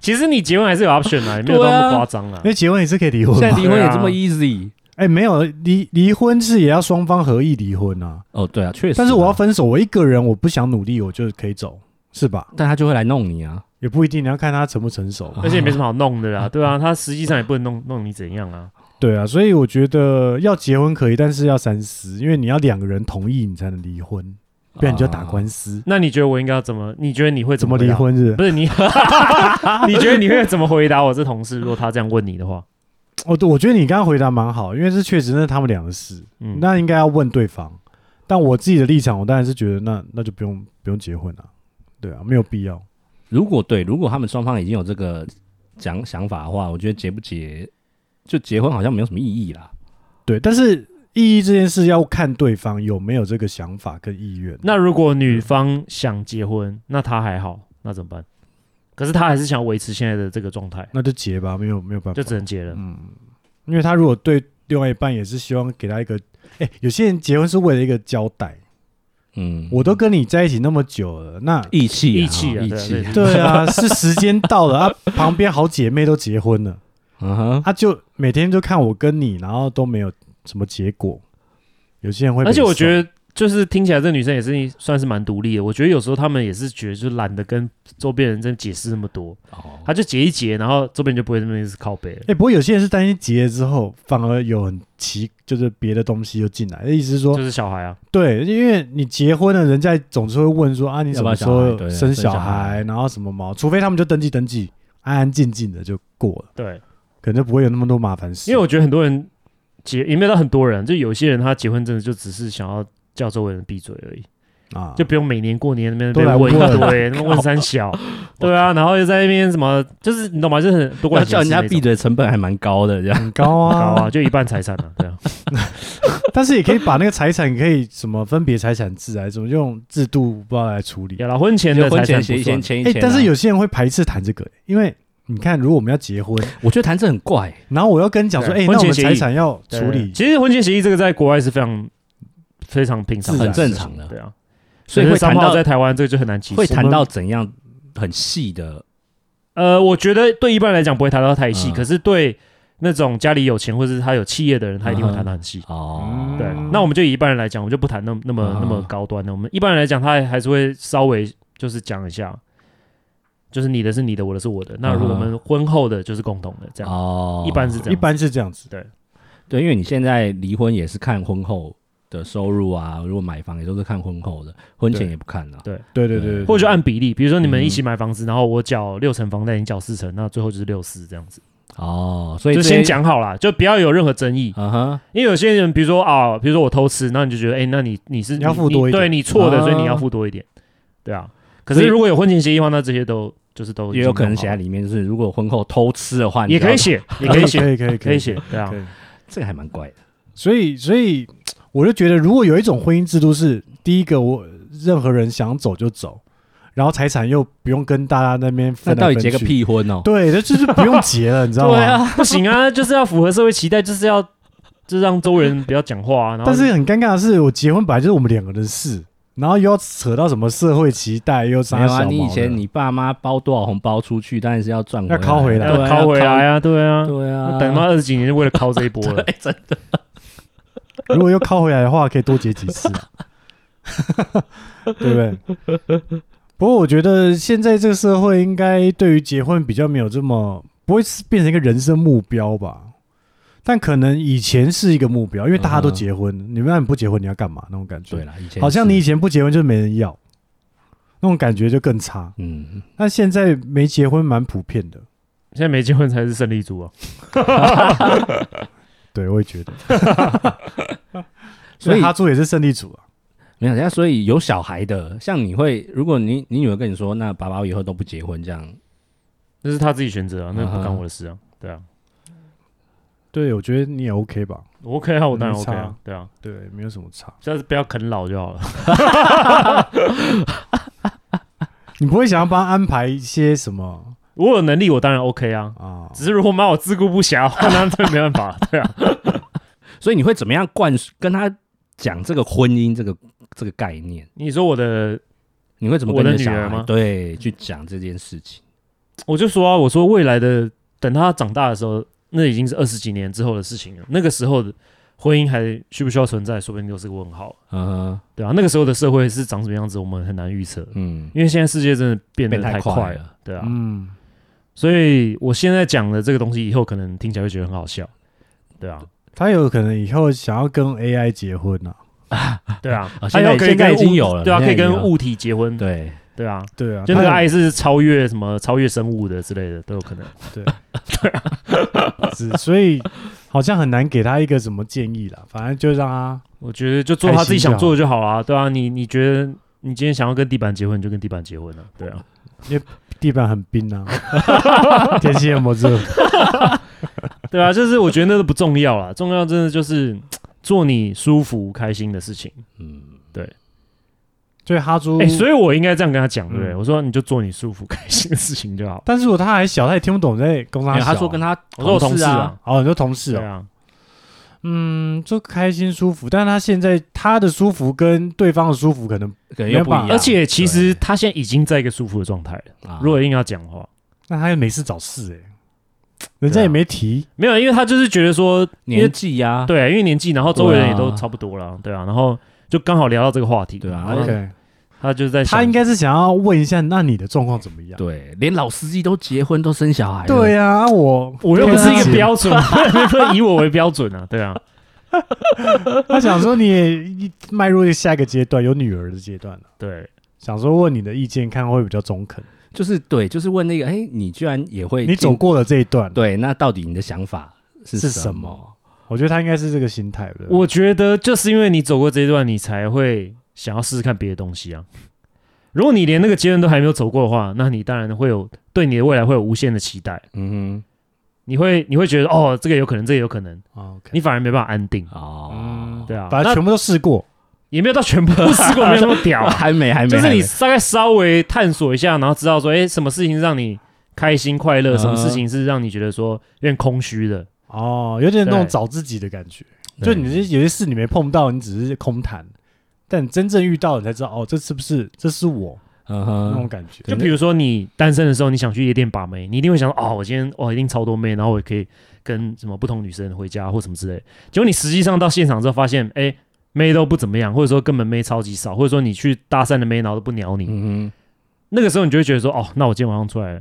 [SPEAKER 1] 其实你结婚还是有 option
[SPEAKER 2] [LAUGHS]
[SPEAKER 1] 啊，也没有到那么夸张啊
[SPEAKER 2] 因。为结婚也是可以啊离婚
[SPEAKER 3] 现在
[SPEAKER 2] 嘛。
[SPEAKER 3] 离婚也这么 easy？
[SPEAKER 2] 哎、没有离离婚是也要双方合意离婚啊。
[SPEAKER 3] 哦，对啊，确实啊。
[SPEAKER 2] 但是我要分手，我一个人我不想努力，我就可以走，是吧？
[SPEAKER 3] 但他就会来弄你啊。
[SPEAKER 2] 也不一定，你要看他成不成熟。
[SPEAKER 1] 而且也没什么好弄的
[SPEAKER 2] [LAUGHS]
[SPEAKER 1] 啦，对啊，他实际上也不能弄弄你怎样啊。
[SPEAKER 2] 对啊，所以我觉得要结婚可以，但是要三思，因为你要两个人同意你才能离婚，
[SPEAKER 1] 啊
[SPEAKER 2] 不然你就要打官
[SPEAKER 3] 司。
[SPEAKER 2] 司。
[SPEAKER 1] 那你觉得我应该要怎么？你觉得你会啊
[SPEAKER 2] 怎
[SPEAKER 1] 么
[SPEAKER 2] 么
[SPEAKER 1] 回
[SPEAKER 2] 离
[SPEAKER 1] 答？
[SPEAKER 2] 婚是不是？
[SPEAKER 1] 不是你，你 [LAUGHS] 觉得你会怎么回答我这同事？如果他这样问你的话，
[SPEAKER 2] 哦，对，我觉得你刚刚回答蛮好，因为这确实那是他们俩的事，
[SPEAKER 1] 嗯，
[SPEAKER 2] 那应该要问对方。但我自己的立场，我当然是觉得那那就不用不用结婚了、对啊，没有必要。
[SPEAKER 3] 如果对，如果他们双方已经有这个讲想法的话，我觉得结不结，就结婚好像没有什么意义啦。
[SPEAKER 2] 对，但是意义这件事要看对方有没有这个想法跟意愿。
[SPEAKER 1] 那如果女方想结婚，那她还好，那怎么办？可是她还是想维持现在的这个状态，
[SPEAKER 2] 那就结吧，没有没有办法，
[SPEAKER 1] 就
[SPEAKER 2] 嗯
[SPEAKER 1] 只能结了。
[SPEAKER 2] 因为他如果对另外一半也是希望给他一个，哎、有些人结婚是为了一个交代。
[SPEAKER 3] 嗯，
[SPEAKER 2] 我都跟你在一起那么久了，那
[SPEAKER 3] 义气啊，
[SPEAKER 1] 义气啊
[SPEAKER 3] 义
[SPEAKER 1] 对啊
[SPEAKER 3] 气
[SPEAKER 1] 对。
[SPEAKER 2] 对啊，是时间到了啊，旁边好姐妹都结婚了，
[SPEAKER 1] 啊
[SPEAKER 3] 嗯哼，
[SPEAKER 2] 他、就每天就看我跟你，然后都没有什么结果。有些人会，
[SPEAKER 1] 而且我觉得，就是听起来这女生也是算是蛮独立的。我觉得有时候他们也是觉得就懒得跟周边人真解释那么多，
[SPEAKER 2] 嗯
[SPEAKER 3] 哦，
[SPEAKER 1] 她就结一结，然后周边人就不会那么一直靠背了
[SPEAKER 2] 哎、。不过有些人是担心结了之后，反而有很奇，就是别的东西又进来，意思是说
[SPEAKER 1] 就，是小孩啊，
[SPEAKER 2] 对，因为你结婚了，人家总是会问说啊，你什么时
[SPEAKER 3] 要不要
[SPEAKER 2] 候
[SPEAKER 3] 小孩对
[SPEAKER 2] 生
[SPEAKER 3] 生小
[SPEAKER 2] 小孩
[SPEAKER 3] 孩，
[SPEAKER 2] 然后什么毛，除非他们就登记登记，安安静静的就过了。
[SPEAKER 1] 对，
[SPEAKER 2] 可能就不会有那么多麻烦事。
[SPEAKER 1] 因为我觉得很多人结也没有到很多人，就有些人他结婚真的就只是想要叫周围人闭嘴而已。
[SPEAKER 2] 啊，
[SPEAKER 1] 就不用每年过年那边
[SPEAKER 2] 都
[SPEAKER 1] 被
[SPEAKER 2] 来
[SPEAKER 1] 问一
[SPEAKER 2] 问
[SPEAKER 1] 堆，那边问三小，对啊，然后又在那边什么，就是你懂吗？就是很多
[SPEAKER 3] 要
[SPEAKER 1] 管
[SPEAKER 3] 叫人家闭
[SPEAKER 1] 嘴，
[SPEAKER 3] 嘴成本还蛮高的，这样
[SPEAKER 2] 很高
[SPEAKER 1] [LAUGHS] 高
[SPEAKER 2] 啊，
[SPEAKER 1] 啊，就一半财产了，
[SPEAKER 3] [LAUGHS]
[SPEAKER 1] 对啊，
[SPEAKER 2] 但是也可以把那个财产可以什么分别财产制啊，怎么用制度不知道来处理。
[SPEAKER 1] 有了婚前的
[SPEAKER 3] 就婚
[SPEAKER 1] 财
[SPEAKER 3] 前
[SPEAKER 1] 产
[SPEAKER 3] 协
[SPEAKER 1] 不
[SPEAKER 3] 议先
[SPEAKER 1] 算，
[SPEAKER 3] 签一
[SPEAKER 2] 哎、
[SPEAKER 3] 签啊。
[SPEAKER 2] 但是有些人会排斥谈这个、因为你看，如果我们要结婚，
[SPEAKER 3] 我觉得谈这很怪，
[SPEAKER 2] 然后我要跟你讲说，哎、
[SPEAKER 1] 对
[SPEAKER 2] 那
[SPEAKER 1] 婚
[SPEAKER 2] 我
[SPEAKER 1] 前
[SPEAKER 2] 们
[SPEAKER 1] 协议
[SPEAKER 2] 财产要处
[SPEAKER 1] 对
[SPEAKER 2] 理，
[SPEAKER 1] 其实婚前协议这个在国外是非常非常平常的
[SPEAKER 2] 自然
[SPEAKER 1] 事情，
[SPEAKER 3] 很正常的
[SPEAKER 1] 对啊。
[SPEAKER 3] 所以会
[SPEAKER 1] 商
[SPEAKER 3] 谈
[SPEAKER 1] 报
[SPEAKER 3] 到
[SPEAKER 1] 在台湾这个就很难歧视。
[SPEAKER 3] 会谈到怎样很细的
[SPEAKER 1] 呃，我觉得对一般来讲不会谈到太细，
[SPEAKER 3] 嗯
[SPEAKER 1] 可是对那种家里有钱或者是他有企业的人，他一
[SPEAKER 3] 嗯
[SPEAKER 1] 定会谈到很细。
[SPEAKER 3] 哦
[SPEAKER 2] 嗯。
[SPEAKER 1] 对，那我们就以一般人来讲，我们就不谈那么那么
[SPEAKER 3] 嗯
[SPEAKER 1] 那么高端的。我们一般人来讲，他还还是会稍微就是讲一下，就是你的是你的，我的是我
[SPEAKER 3] 啊
[SPEAKER 1] 的。那如果我们婚后的就是共同的，这样
[SPEAKER 3] 哦，
[SPEAKER 1] 一般是这样。
[SPEAKER 2] 一般是这样子。
[SPEAKER 3] 对，因为你现在离婚也是看婚后的收入啊，如果买房也都是看婚后的，婚前
[SPEAKER 2] 对
[SPEAKER 3] 也不看了。
[SPEAKER 2] 对对对对，对
[SPEAKER 1] 或者就按比例，比如说你们
[SPEAKER 3] 嗯
[SPEAKER 1] 一起买房子，然后我缴六成房贷，你缴四成，那最后就是六四这样子，
[SPEAKER 3] 哦，所以
[SPEAKER 1] 就
[SPEAKER 3] 这
[SPEAKER 1] 先
[SPEAKER 3] 些，
[SPEAKER 1] 讲好啦，就不要有任何争议。
[SPEAKER 3] 嗯哼，
[SPEAKER 1] 因为有些人，比如说啊，比如说我偷吃，那你就觉得，哎、那你你是
[SPEAKER 2] 你要付多一点
[SPEAKER 1] 对你错的，
[SPEAKER 3] 啊
[SPEAKER 1] 所以你要付多一点，对啊。可
[SPEAKER 3] 所
[SPEAKER 1] 是
[SPEAKER 3] 以
[SPEAKER 1] 如果有婚前协议的话，那这些都就是都已
[SPEAKER 3] 也
[SPEAKER 1] 经
[SPEAKER 3] 有可能写
[SPEAKER 1] 弄
[SPEAKER 3] 在
[SPEAKER 1] 好了
[SPEAKER 3] 里面，就是如果婚后偷吃的话，
[SPEAKER 2] 啊
[SPEAKER 3] 你
[SPEAKER 1] 也可以
[SPEAKER 3] 要，
[SPEAKER 1] 写，也可以写，
[SPEAKER 2] 可以可以
[SPEAKER 1] 可
[SPEAKER 2] [LAUGHS]
[SPEAKER 1] 以写，对啊
[SPEAKER 2] 可。以。
[SPEAKER 3] 这个还蛮怪的。
[SPEAKER 2] 所以，所以我就觉得，如果有一种婚姻制度是第一个，我任何人想走就走，然后财产又不用跟大家那边
[SPEAKER 3] 那
[SPEAKER 2] 分来
[SPEAKER 3] 到
[SPEAKER 2] 分
[SPEAKER 3] 底结个
[SPEAKER 2] 去？
[SPEAKER 3] 屁婚哦？
[SPEAKER 2] 对，那就是不用结了，你知道
[SPEAKER 3] [LAUGHS]
[SPEAKER 2] 吗？
[SPEAKER 1] 对啊，不行啊，就是要符合社会期待，就是要就是让周围人不要讲话、啊。然后
[SPEAKER 2] 但是很尴尬的是，我结婚本来就是我们两个人的事，然后又要扯到什么社会期待，又
[SPEAKER 3] 没
[SPEAKER 2] 啥
[SPEAKER 3] 有
[SPEAKER 2] 小毛
[SPEAKER 3] 啊，
[SPEAKER 2] 的
[SPEAKER 3] 你以前你爸妈包多少红包出去，当然是要赚回来，
[SPEAKER 2] 要拷回来
[SPEAKER 1] 要
[SPEAKER 3] 对啊
[SPEAKER 1] 拷回来啊，对啊
[SPEAKER 3] 要，对啊，
[SPEAKER 1] 那等到二十几年就为了拷这一波了。
[SPEAKER 3] 哎，真的
[SPEAKER 2] [LAUGHS] 如果又靠回来的话，可以多结几
[SPEAKER 3] [LAUGHS]
[SPEAKER 2] 次、啊，对不对？不过我觉得现在这个社会应该对于结婚比较没有这么不会是变成一个人生目标吧，但可能以前是一个目标，因为大家都结婚，你们那你不结婚你要干嘛那种感觉？
[SPEAKER 3] 嗯对啦，以前
[SPEAKER 2] 好像
[SPEAKER 3] 是
[SPEAKER 2] 你以前不结婚就是没人要，那种感觉就更差。
[SPEAKER 3] 嗯，
[SPEAKER 2] 但现在没结婚蛮普遍的，
[SPEAKER 1] 现在没结婚才是胜利组啊，
[SPEAKER 2] 对我也觉得，
[SPEAKER 3] 所
[SPEAKER 2] 所以
[SPEAKER 3] 以
[SPEAKER 2] 哈猪也是胜利组啊。
[SPEAKER 3] 没有人家，所以有小孩的，像你会，如果你你女儿跟你说，那爸爸我以后都不结婚，这样
[SPEAKER 1] 那是他自己选择啊，那不
[SPEAKER 3] 啊哈
[SPEAKER 1] 干我的事啊，对啊
[SPEAKER 2] 对，我觉得你也 OK 吧？
[SPEAKER 1] 我，OK 啊，我当然
[SPEAKER 2] 没
[SPEAKER 1] OK
[SPEAKER 2] 差
[SPEAKER 1] 啊，对啊，
[SPEAKER 2] 对，没有什么差。
[SPEAKER 1] 下次不要啃老就好了。 [LAUGHS]
[SPEAKER 2] 你不会想要帮他安排一些什么
[SPEAKER 1] 我有能力，我当然 OK 啊。
[SPEAKER 2] 啊？
[SPEAKER 1] 只是如果妈我自顾不暇的话，那这没办法， [LAUGHS] 对啊。
[SPEAKER 3] 所以你会怎么样灌输跟他讲这个婚姻这个这个概念？
[SPEAKER 1] 你说我的，
[SPEAKER 3] 你会怎么
[SPEAKER 1] 我
[SPEAKER 3] 跟
[SPEAKER 1] 的
[SPEAKER 3] 你小
[SPEAKER 1] 女儿
[SPEAKER 3] 孩
[SPEAKER 1] 吗
[SPEAKER 3] 对去讲这件事情？
[SPEAKER 1] 我就说啊，我说未来的，等他长大的时候，那已经是二十几年之后的事情了。那个时候的婚姻还需不需要存在，说不定就是个问号，
[SPEAKER 3] 嗯哼
[SPEAKER 1] 对啊。那个时候的社会是长什么样子，我们很难预测，
[SPEAKER 3] 嗯，
[SPEAKER 1] 因为现在世界真的变得
[SPEAKER 3] 变太
[SPEAKER 1] 快
[SPEAKER 3] 快
[SPEAKER 1] 了，
[SPEAKER 3] 了，
[SPEAKER 1] 对啊。
[SPEAKER 2] 嗯，
[SPEAKER 1] 所以我现在讲的这个东西，以后可能听起来会觉得很好笑，对
[SPEAKER 3] [LAUGHS]
[SPEAKER 1] 啊，
[SPEAKER 2] 他有可能以后想要跟 AI 结婚啊？
[SPEAKER 1] 对啊。
[SPEAKER 3] 啊
[SPEAKER 1] 还
[SPEAKER 3] 现在
[SPEAKER 1] 有可以
[SPEAKER 3] 现在
[SPEAKER 1] 跟
[SPEAKER 3] 已经
[SPEAKER 1] 物
[SPEAKER 3] 有了
[SPEAKER 1] 对啊，
[SPEAKER 3] 现
[SPEAKER 1] 可以
[SPEAKER 3] 在已经
[SPEAKER 1] 跟
[SPEAKER 3] 有
[SPEAKER 1] 物体结婚，
[SPEAKER 3] 对，
[SPEAKER 1] 对啊。
[SPEAKER 2] 对啊，
[SPEAKER 1] 就那个
[SPEAKER 2] 他
[SPEAKER 1] 爱是超越什么超越生物的之类的都有可能。
[SPEAKER 2] 有只所以好像很难给他一个什么建议啦。反正就让他
[SPEAKER 1] 我觉得就做他自己想做的就好啦，对啊，你你觉得你今天想要跟地板结婚，你就跟地板结婚了、对啊。
[SPEAKER 2] 地板很冰啊，天气那么热，
[SPEAKER 1] 对啊，就是我觉得那都不重要啦，重要真的就是做你舒服开心的事情。
[SPEAKER 3] 嗯，
[SPEAKER 2] 所以哈猪。
[SPEAKER 1] 哎、所以我应该这样跟他讲，对不对？
[SPEAKER 2] 嗯
[SPEAKER 1] 我说你就做你舒服开心的事情就好。
[SPEAKER 2] 但是如果他还小，他也听不懂在公
[SPEAKER 3] 因
[SPEAKER 2] 司。
[SPEAKER 3] 为他哎说跟他
[SPEAKER 1] 我说我同
[SPEAKER 3] 啊事
[SPEAKER 1] 事
[SPEAKER 3] 啊，
[SPEAKER 1] 啊，
[SPEAKER 2] 哦，很多同事
[SPEAKER 1] 对
[SPEAKER 2] 哦，
[SPEAKER 1] 啊，
[SPEAKER 2] 嗯，就开心舒服，但是他现在他的舒服跟对方的舒服可能，
[SPEAKER 3] 可能又不一
[SPEAKER 2] 啊
[SPEAKER 3] 样，
[SPEAKER 1] 而且其实他现在已经在一个舒服的状态了。
[SPEAKER 3] 啊
[SPEAKER 1] 如果硬要讲的话，
[SPEAKER 2] 那他又没事找事哎、人家也没提，
[SPEAKER 1] 没有，因为他就是觉得说，因为
[SPEAKER 3] 年纪呀，
[SPEAKER 1] 对，因为年纪，然后周围
[SPEAKER 3] 对啊
[SPEAKER 1] 人也都差不多了，对啊，然后就刚好聊到这个话题，
[SPEAKER 3] 对啊
[SPEAKER 1] 然后
[SPEAKER 2] OK，
[SPEAKER 1] 他就在想
[SPEAKER 2] 他应该是想要问一下，那你的状况怎么样？
[SPEAKER 3] 对，连老司机都结婚都生小孩，
[SPEAKER 2] 对，呀、啊，我
[SPEAKER 1] 我又不是一个
[SPEAKER 2] 对啊
[SPEAKER 1] 标
[SPEAKER 2] [LAUGHS]
[SPEAKER 1] 准，不能以我为标准啊，对啊，
[SPEAKER 2] 他想说你也一迈入下一个阶段，有女儿的阶段了，啊
[SPEAKER 1] 对，
[SPEAKER 2] 想说问你的意见，看会比较中肯。
[SPEAKER 3] 就是对，就是问那个，哎，你居然也会
[SPEAKER 2] 你走
[SPEAKER 3] 进
[SPEAKER 2] 过了这一段，
[SPEAKER 3] 对，那到底你的想法是
[SPEAKER 2] 是
[SPEAKER 3] 什
[SPEAKER 2] 什
[SPEAKER 3] 么？
[SPEAKER 2] 我觉得他应该是这个心态的。
[SPEAKER 1] 我觉得就是因为你走过这一段，你才会想要试试看别的东西啊。如果你连那个阶段都还没有走过的话，那你当然会有对你的未来会有无限的期待，
[SPEAKER 3] 嗯
[SPEAKER 1] 你会你会觉得哦，这个有可能，这个有可能，
[SPEAKER 2] o k
[SPEAKER 1] 你反而没办法安定
[SPEAKER 3] 哼，，哦， [LAUGHS]
[SPEAKER 2] 嗯，
[SPEAKER 1] 对啊
[SPEAKER 2] 啊把它
[SPEAKER 1] 那
[SPEAKER 2] 全部都试过，
[SPEAKER 1] 也没有到全部都试过，没有那么屌，啊
[SPEAKER 2] [LAUGHS]
[SPEAKER 3] 还没还没，
[SPEAKER 1] 就是你
[SPEAKER 3] 还没
[SPEAKER 1] 大概稍微探索一下，然后知道说，哎，什么事情让你开心快
[SPEAKER 2] 啊
[SPEAKER 1] 乐，
[SPEAKER 3] 嗯
[SPEAKER 1] 什么事情是让你觉得说有点空虚的，
[SPEAKER 2] 哦，有点那种
[SPEAKER 1] 对
[SPEAKER 2] 找自己的感觉。就
[SPEAKER 3] 对
[SPEAKER 2] 你这有些事你没碰到，你只是空谈，但真正遇到你才知道，哦，这是不是这是我
[SPEAKER 3] 嗯
[SPEAKER 2] 那种
[SPEAKER 3] 哼，
[SPEAKER 2] 感觉？
[SPEAKER 1] 就比如说你单身的时候，你想去夜店把妹，你一定会想说，哦，我今天哇一定超多妹，然后我也可以跟什么不同女生回家或什么之类。结果你实际上到现场之后发现，哎，妹都不怎么样，或者说根本妹超级少，或者说你去搭讪的妹然后都不鸟你，
[SPEAKER 3] 嗯
[SPEAKER 1] 那个时候你就会觉得说，哦，那我今天晚上出来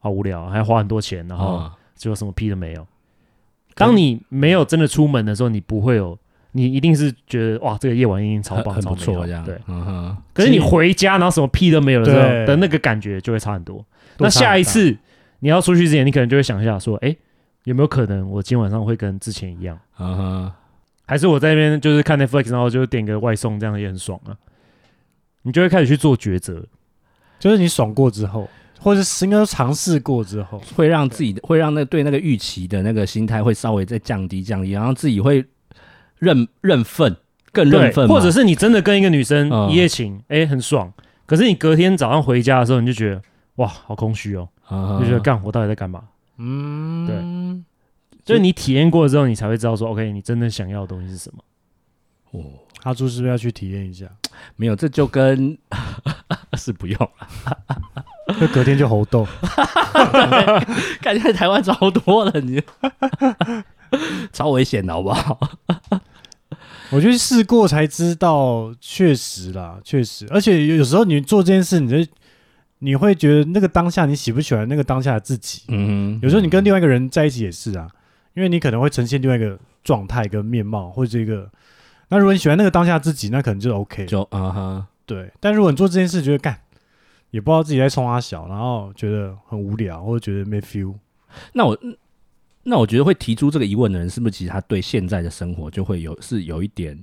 [SPEAKER 1] 好无聊，还要花很多钱，然
[SPEAKER 3] 哼，
[SPEAKER 1] 后
[SPEAKER 3] 啊，
[SPEAKER 1] 结果什么屁都没有。当你没有真的出门的时候，你不会有，你一定是觉得哇，这个夜晚一定超
[SPEAKER 3] 很
[SPEAKER 1] 棒，
[SPEAKER 3] 很
[SPEAKER 1] 超
[SPEAKER 3] 不
[SPEAKER 1] 美好
[SPEAKER 3] 错这样，
[SPEAKER 1] 对，
[SPEAKER 3] 嗯哼，
[SPEAKER 1] 可是你回家然后什么屁都没有的时候
[SPEAKER 2] 对
[SPEAKER 1] 的那个感觉就会差很多。
[SPEAKER 2] 多
[SPEAKER 1] 那
[SPEAKER 2] 差很大
[SPEAKER 1] 下一次你要出去之前，你可能就会想一下说，哎、有没有可能我今晚上会跟之前一样？
[SPEAKER 3] 嗯哼，
[SPEAKER 1] 还是我在那边就是看 Netflix，然后就点个外送，这样也很爽啊。你就会开始去做抉择，
[SPEAKER 2] 就是你爽过之后，或者是应该说尝试过之后，
[SPEAKER 3] 会让自己的会让那对那个预期的那个心态会稍微再降低降低，然后自己会认认份，更认份嘛，
[SPEAKER 1] 或者是你真的跟一个女生
[SPEAKER 3] 嗯
[SPEAKER 1] 一夜情，哎、很爽。可是你隔天早上回家的时候，你就觉得哇，好空虚哦，
[SPEAKER 3] 嗯哼
[SPEAKER 1] 就觉得干我到底在干嘛？
[SPEAKER 2] 嗯，对。
[SPEAKER 1] 就是你体验过了之后，你才会知道说，OK，你真的想要的东西是什么。
[SPEAKER 3] 哦
[SPEAKER 2] 阿朱是不是要去体验一下？
[SPEAKER 3] 没有，这就跟 [LAUGHS] 是不用了。
[SPEAKER 2] 就隔天就猴痘，
[SPEAKER 3] 感觉在台湾超多了，你 [LAUGHS] 超危险的好不好？
[SPEAKER 2] 我觉得试过才知道，确实啦，确实。而且有有时候你做这件事，你就你会觉得那个当下你喜不喜欢那个当下的自己。
[SPEAKER 3] 嗯哼，
[SPEAKER 2] 有时候你跟另外一个人在一起也是啊，因为你可能会呈现另外一个状态跟面貌，或者一个。那如果你喜欢那个当下自己，那可能就 OK
[SPEAKER 3] 就啊哈，
[SPEAKER 2] 对。但如果你做这件事，觉得干也不知道自己在冲他小，然后觉得很无聊，或者觉得没 feel，
[SPEAKER 3] 那我那我觉得会提出这个疑问的人，是不是其实他对现在的生活就会有是有一点